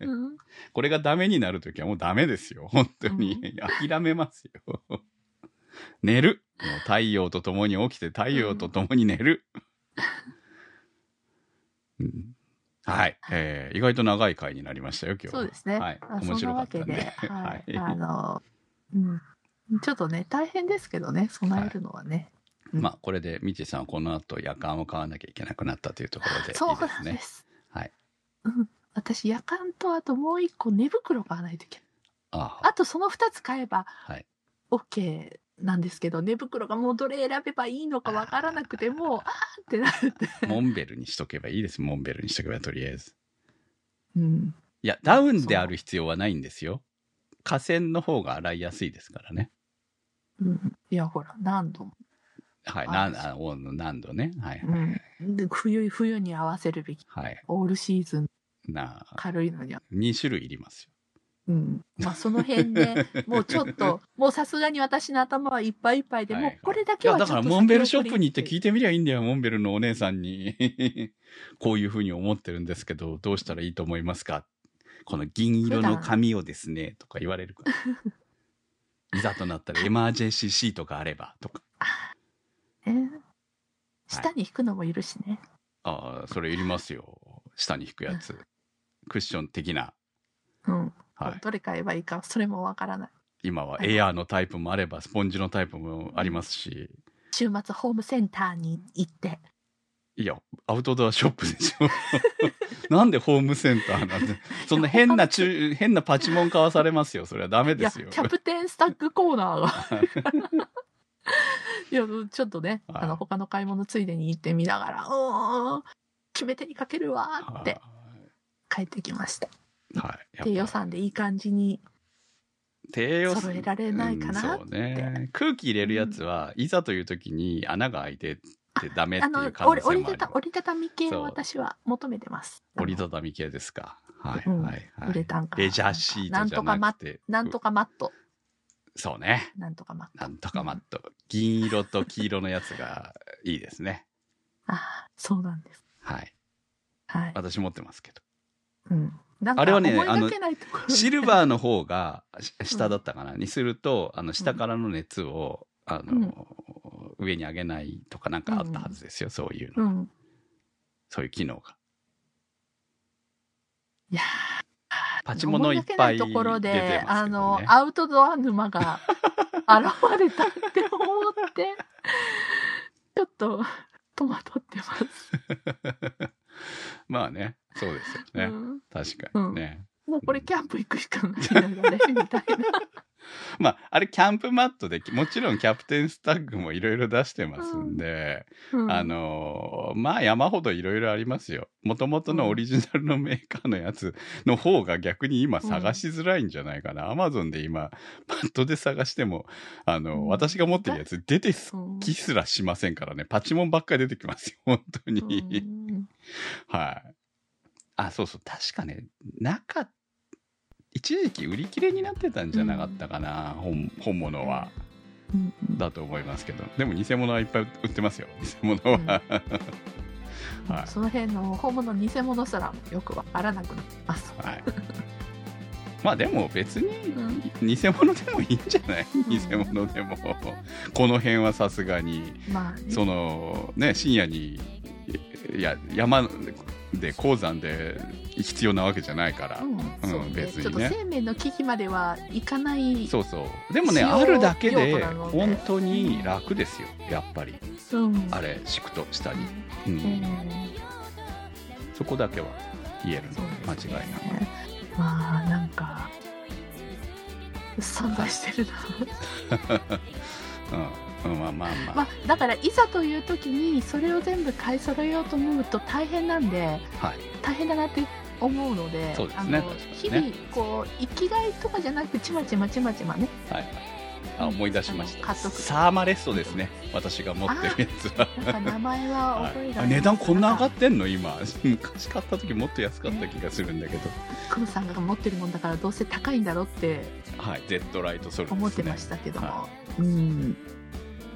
A: うん
B: これがダメになるときはもうダメです よ。本当に。諦めますよ。 寝る。もう太陽と共に起きて太陽と共に 寝る。うんはい、えー意外と長い回になりましたよ、今日は。
A: そうですね。
B: はい
A: あ。
B: 面白かったん
A: そん
B: で。
A: なわ けで、はい、
B: は
A: あの、うん、ちょっとね、大変ですけどね、備えるのはね。うん
B: まあ、これで、みちさんはこの後、夜間を買わなきゃいけなくなったというところで、
A: そう
B: いいで
A: な
B: す
A: ん
B: ね
A: で。す。
B: はい
A: うん、私、夜間とあともう一個寝袋買わないといけない。
B: ああ
A: あとその二つ買えば
B: はい。
A: OK なんですけど、寝袋がもうどれ選べばいいのかわからなくて、もう、あーって なるって。
B: モンベルにしとけばいいです。モンベルにしとけば、とりあえず。
A: うん。
B: いや、ダウンである必要はないんですよ。河川の方が洗いやすいですからね。
A: うん、いや、ほら、何度も。
B: はい、
A: あ
B: なんあお何度ね。はい。
A: うん、で冬冬に合わせるべき
B: はい。
A: オールシーズン
B: なあ、
A: 軽いのには、
B: 2種類いりますよ。
A: うん まあ、その辺でもうちょっ ともうさすがに私の頭はいっぱいいっぱいで、
B: はい
A: もうこれだ
B: い
A: け
B: や、
A: はちょ
B: だ
A: っと
B: から、モンベルショップに行って
A: い
B: 聞いてみりゃいいんだよ。モンベルのお姉さんに。 こういうふうに思ってるんですけど、どうしたらいいと思いますかこの銀色の紙をですね、とか言われ るから。いざとなったら、エマージェンシーシートがあれば、とか。
A: て、下に引くのもいるしね、
B: ああ、それいりますよ。下に引くやつ。クッション的な。
A: うん
B: はい。
A: どれ買えばいいかそれもわからない
B: 今は
A: はい
B: エアーのタイプもあれば、スポンジのタイプもありますし。
A: 週末ホームセンターに行って
B: いや、アウトドアショップでしょ。 なんでホームセンターなんて。そんな変な中、変なパチモン買わされますよ。それはダメ
A: い
B: で
A: や
B: すよ。
A: キャプテンスタッグコーナー がいやちょっとね、
B: はい
A: あの他の買い物ついでに行ってみながら「うーん決め手にかけるわ」っ
B: はい
A: て。帰ってきました
B: はい。
A: で
B: や
A: 予
B: っぱ
A: 算でいい感じに
B: 低予
A: 揃えられないかな
B: うんそうね。空気入れるやつは、いざという時に穴が開いてってダメって
A: あ
B: い
A: の
B: う可能
A: 折
B: 性
A: り
B: もあ
A: た
B: る
A: た。折りたたみ系
B: そ
A: を
B: う
A: 私は求めてます
B: 折りたたみ系ですか。はい、
A: うん
B: はい、は
A: ウレ
B: い。
A: タンか
B: レジャーシートじゃなくて。
A: なんと
B: か。
A: かマット
B: そうね。
A: なんとかマット
B: なんとかマット。銀色と黄色のやつがいいですね。
A: あーそうなんです
B: はい。
A: はい、
B: 私持ってますけど。
A: うん、なんか
B: あれはね
A: 思いがけないところ
B: シルバーの方がし下だったかな、にするとあの下からの熱を、あの上に上げないとかなんかあったはずですよ、そういうの、
A: うん
B: そういう機能が
A: いやー
B: パチモノいっぱい出
A: 思
B: て
A: がけなところ
B: ますけ
A: で、
B: ど、ね、
A: あの、アウトドア沼が現れたって思って、ちょっと戸惑ってます。
B: まあねそうですよね、
A: うん
B: 確かにね、
A: もうこれキャンプ行くしかないんだね、みたい
B: まああれキャンプマットでもちろんキャプテンスタッグもいろいろ出してますんで、
A: な。うん
B: あのーまあ山ほどいろいろありますよ。もともとのオリジナルのメーカーのやつの方が逆に今探しづらいんじゃないかな。アマゾンで今パッドで探しても、あの
A: う
B: ー
A: ん
B: 私が持ってるやつ出てす
A: うん
B: きすらしませんからね。パチモンばっかり出てきますよ。 本当
A: う
B: に。
A: ん
B: はい。あ、そうそう。確かね、なか一時期売り切れになってたんじゃなかったかな。本本物は。
A: うんうん
B: だと思いますけど。でも偽物はいっぱい売ってますよ。偽物は。はい
A: その辺の本物偽物すらよくわからなくなってます。
B: はい。まあでも別に
A: うん
B: 偽物でもいいんじゃない
A: うん
B: 偽物でも。この辺はさすがに、
A: まあね、
B: そのね、深夜に、いや、山で鉱山で必要なわけじゃないから。
A: うんそうね
B: 別にね
A: ちょっと生命の危機まではいかない。
B: そうそう。でも
A: 使
B: ね、
A: 用
B: あるだけ
A: 用
B: で、
A: 途なので
B: 本当に楽ですよ、やっぱり。
A: うん
B: あれ、敷くと下に。うん
A: うん
B: そこだけは言える
A: そう
B: の、間
A: ですね
B: 違いなく。
A: まあなんか存在してる
B: うんうん、まあまあま
A: な、
B: あ。
A: まあ、だからいざという時にそれを全部買い揃えようと思うと大変なんで
B: はい。
A: 大変だなって思うので
B: そうですね
A: あの
B: 確か
A: 日
B: にね
A: 々こう生きがいとかじゃなくちまちまちまちまね
B: はい。あ、思い出しまし
A: あの
B: た。
A: 買っとく
B: サーマレストですね。私が持ってるやつ は。
A: なんか名前は覚えられ
B: は
A: ない
B: い、値段こんな上がってんの今昔買った時もっと安かった気がするんだけど、
A: 久保さんが持ってるもんだからどうせ高いんだろうって
B: はい Z ライトソルですね
A: 思ってましたけども、
B: は
A: うん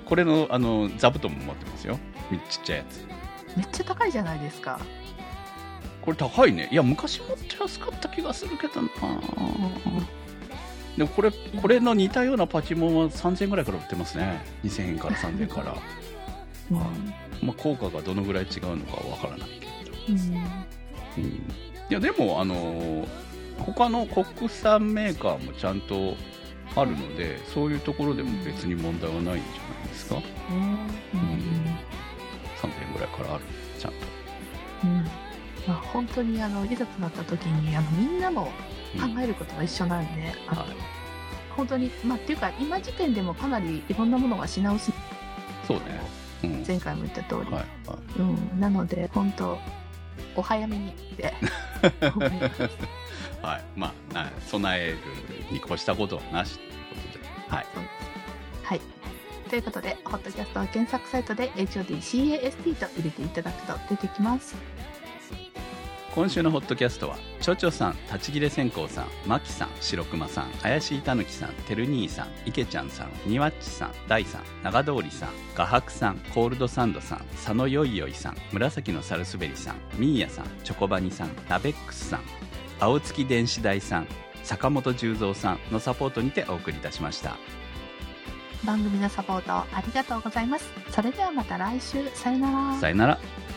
B: これのあの座布団も持ってますよちっちゃいやつ
A: めっちゃ高いじゃないですか
B: これ高いねいや昔もっと安かった気がするけどなでもこれこれの似たようなパチモンは3000円ぐらいから売ってますね2000円から3000円から、
A: うん
B: まあ、効果がどのぐらい違うのかわからないけど
A: うん
B: うんいやでもあの他の国産メーカーもちゃんとあるのでそういうところでも別に問題はないんじゃないですか3000
A: ねうん
B: 円ぐらいからあるちゃんと
A: うんまあ、本当にあのいざとなった時にあのみんなも
B: うん
A: 考えることが一緒なんで、あの
B: はい
A: 本当に、まあ、っていうか今時点でもかなりいろんなものが品薄
B: そうねうん
A: 前回も言った通り、
B: はいは
A: うん、なので本当お早めにって 思います
B: い、はい、まあな備えるに越したことはなしということではい
A: はいということで、ホットキャストは検索サイトで HODCAST と入れていただくと出てきます。
B: 今週のホットキャストはちょちょさん立ち切れ線香さんまきさん白熊さん怪しいたぬきさんてる兄さんいけちゃんさんにわっちさん大さん長通りさん画伯さんコールドサンドさん佐野よいよいさん紫のサルスベリさんみーやさんチョコバニさんラベックスさん青月電子台さん坂本十三さんのサポートにてお送りいたしました
A: 番組のサポートありがとうございます。それではまた来週、さよなら。
B: さよなら